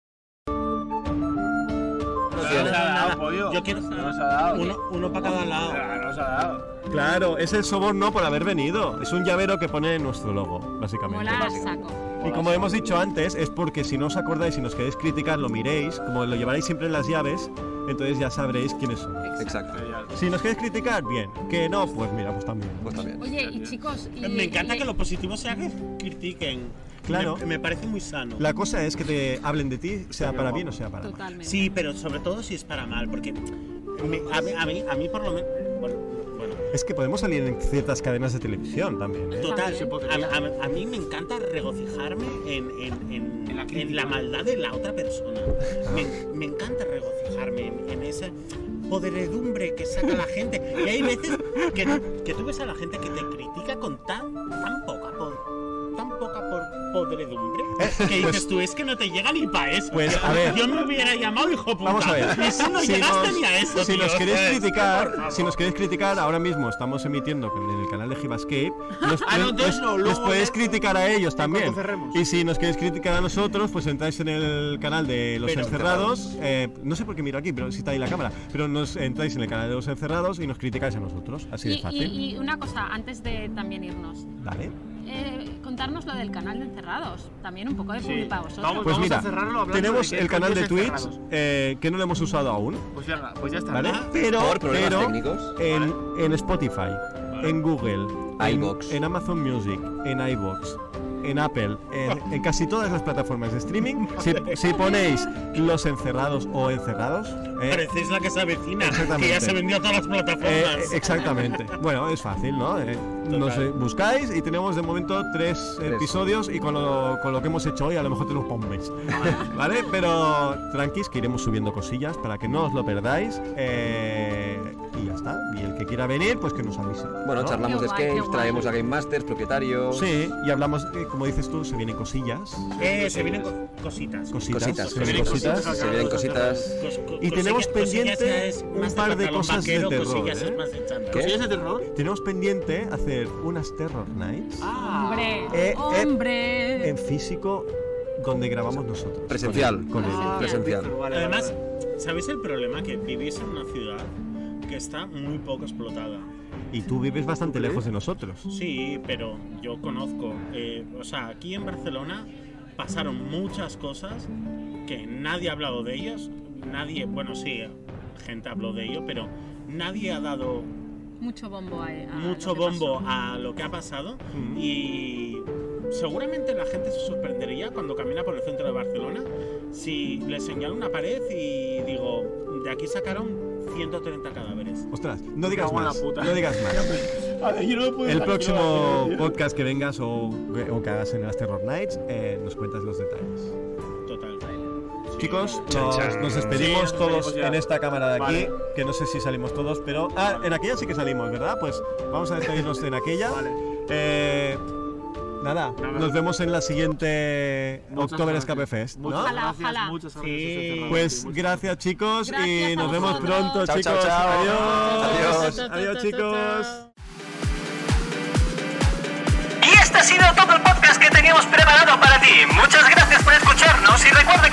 Speaker 7: No
Speaker 5: tiene.
Speaker 7: nos ha dado, pollo.
Speaker 6: Yo quiero-
Speaker 7: Ah, No nos ha dado.
Speaker 6: Uno, uno para cada lado.
Speaker 7: No nos ha dado.
Speaker 3: Claro, es el soborno por haber venido. Es un llavero que pone nuestro logo, básicamente.
Speaker 4: Mola saco.
Speaker 3: Y como hemos dicho antes, es porque si no os acordáis y nos queréis criticar, lo miréis, como lo llevaréis siempre en las llaves, entonces ya sabréis quiénes son.
Speaker 5: Exacto.
Speaker 3: Si nos queréis criticar, bien. Que no, pues mira, pues también.
Speaker 5: Pues también.
Speaker 4: Oye, y chicos, y-
Speaker 6: Me encanta
Speaker 4: y-
Speaker 6: que lo positivo sea que critiquen.
Speaker 3: Claro.
Speaker 6: Me, me parece muy sano.
Speaker 3: La cosa es que te hablen de ti, sea para bien o sea para mal.
Speaker 4: Totalmente.
Speaker 6: Sí, pero sobre todo si es para mal, porque me- a, mí, a, mí, a mí por lo menos... Bueno, bueno,
Speaker 3: Es que podemos salir en ciertas cadenas de televisión también. ¿eh?
Speaker 6: Total, a, a- a mí me encanta regocijarme en, en- en- en la, maldad de la otra persona. Me, me encanta regocijarme en, en esa podredumbre que saca la gente. Y hay veces que, que tú ves a la gente que te critica con tan, tan poca po- tan poca por podredumbre que dices
Speaker 3: pues-
Speaker 6: tú es que no te llega ni para eso
Speaker 3: Pues,
Speaker 6: tío.
Speaker 3: a ver.
Speaker 6: yo me hubiera llamado hijo puta
Speaker 3: Vamos a
Speaker 6: (laughs)
Speaker 3: ver.
Speaker 6: y tú no llegaste ni a eso
Speaker 3: si
Speaker 6: tío,
Speaker 3: nos queréis
Speaker 6: ¿sabes? Por
Speaker 3: criticar,
Speaker 6: favor.
Speaker 3: si nos queréis criticar, ahora mismo estamos emitiendo en el canal de Gibascape. Nos,
Speaker 6: (laughs) Ah, no, entonces no,
Speaker 3: nos
Speaker 6: luego
Speaker 3: podéis
Speaker 6: ya-
Speaker 3: criticar a ellos también.
Speaker 6: cuanto cerremos.
Speaker 3: Y si nos queréis criticar a nosotros, pues entráis en el canal de los
Speaker 6: Pero-
Speaker 3: encerrados. eh, no sé por qué miro aquí, pero si está ahí la cámara. Pero nos entráis en el canal de los encerrados y nos criticáis a nosotros. Así de
Speaker 4: Y,
Speaker 3: fácil.
Speaker 4: y- y una cosa, antes de también irnos,
Speaker 3: Dale.
Speaker 6: Pues
Speaker 4: eh, contarnos lo del canal de Encerrados, también un poco de
Speaker 3: Sí.
Speaker 4: publi para vosotros.
Speaker 3: pues mira, tenemos el canal de Twitch eh, que no lo hemos usado aún.
Speaker 7: Pues venga, pues ya está.
Speaker 3: ¿Vale?
Speaker 6: Ah.
Speaker 7: ¿verdad?
Speaker 3: Pero,
Speaker 7: Por problemas
Speaker 3: pero
Speaker 7: técnicos.
Speaker 3: En, en Spotify, en Google, en- en, Amazon Music, en iBox, en Apple, en, en casi todas las plataformas de streaming, si, si ponéis los encerrados o encerrados, eh,
Speaker 6: Parecéis la que se avecina, que ya
Speaker 3: Exactamente.
Speaker 6: se vendió a todas las
Speaker 3: eh,
Speaker 6: plataformas.
Speaker 3: exactamente. Bueno, es fácil, ¿no? Eh, nos eh, buscáis y tenemos de momento tres episodios y con lo, con lo que hemos hecho hoy a lo mejor tenemos para un mes. (laughs) ¿Vale? Pero tranquis que iremos subiendo cosillas para que no os lo perdáis. eh, y ya está. Y el que quiera venir, pues que nos avise.
Speaker 5: Bueno,
Speaker 3: ¿no?
Speaker 5: charlamos de Escapes, traemos a Game Masters, propietarios.
Speaker 3: Sí, y hablamos, eh, como dices tú, se vienen cosillas.
Speaker 6: Eh, se vienen co- cositas.
Speaker 3: Cositas, Cositas,
Speaker 6: se vienen
Speaker 3: cositas.
Speaker 6: cositas.
Speaker 3: se vienen cositas. Y tenemos pendiente un par de cosas de terror. ¿eh?
Speaker 6: ¿Qué?
Speaker 3: terror? Tenemos pendiente hacer unas Terror Nights
Speaker 7: Ah.
Speaker 4: Hombre,
Speaker 3: Eh, eh,
Speaker 4: hombre.
Speaker 3: en físico donde grabamos nosotros.
Speaker 5: Presencial.
Speaker 3: Con él.
Speaker 6: Además, ¿sabéis el problema? Que vivís en una ciudad que está muy poco explotada.
Speaker 3: Y tú vives bastante lejos de nosotros.
Speaker 6: Sí, pero yo conozco. eh, o sea, aquí en Barcelona pasaron muchas cosas que nadie ha hablado de ellas. Nadie, bueno, sí, gente habló de ello, pero nadie ha dado
Speaker 4: Mucho bombo a,
Speaker 3: Ah,
Speaker 4: a
Speaker 6: mucho
Speaker 4: lo que
Speaker 6: bombo a lo que ha pasado y seguramente la gente se sorprendería cuando camina por el centro de Barcelona si le señalo una pared y digo, de aquí sacaron 130 cadáveres.
Speaker 3: Ostras, no digas
Speaker 6: Me cago en
Speaker 3: más.
Speaker 6: la puta.
Speaker 3: No digas
Speaker 6: (laughs) A ver, yo no
Speaker 3: más.
Speaker 6: puedo
Speaker 3: El
Speaker 6: imaginar,
Speaker 3: próximo
Speaker 6: tío.
Speaker 3: podcast que vengas o, o que hagas en las Terror Nights, eh, nos cuentas los detalles.
Speaker 6: Total.
Speaker 3: Chicos,
Speaker 6: Chan,
Speaker 3: nos,
Speaker 6: chan.
Speaker 3: nos
Speaker 6: Sí,
Speaker 3: despedimos
Speaker 6: nos
Speaker 3: todos
Speaker 6: despedimos ya.
Speaker 3: en esta cámara de aquí,
Speaker 6: Vale.
Speaker 3: que no sé si salimos todos, pero... Ah, en aquella sí que salimos, ¿verdad? Pues vamos a despedirnos en aquella. Eh, nada, nos vemos en la siguiente
Speaker 7: Muchas
Speaker 3: October
Speaker 7: gracias.
Speaker 3: Escape Fest, ¿no?
Speaker 7: Muchas gracias,
Speaker 4: ojalá.
Speaker 7: muchas gracias. encerrados.
Speaker 3: Pues gracias chicos y
Speaker 7: Gracias a
Speaker 3: nos vemos
Speaker 7: vosotros.
Speaker 3: pronto
Speaker 7: Chao,
Speaker 3: chicos.
Speaker 7: chao, chao.
Speaker 3: Adiós.
Speaker 1: Chao, chao,
Speaker 3: Adiós
Speaker 1: chao,
Speaker 3: chicos.
Speaker 1: Y este ha sido todo el podcast que teníamos preparado para ti. Muchas gracias por escucharnos y recuerda que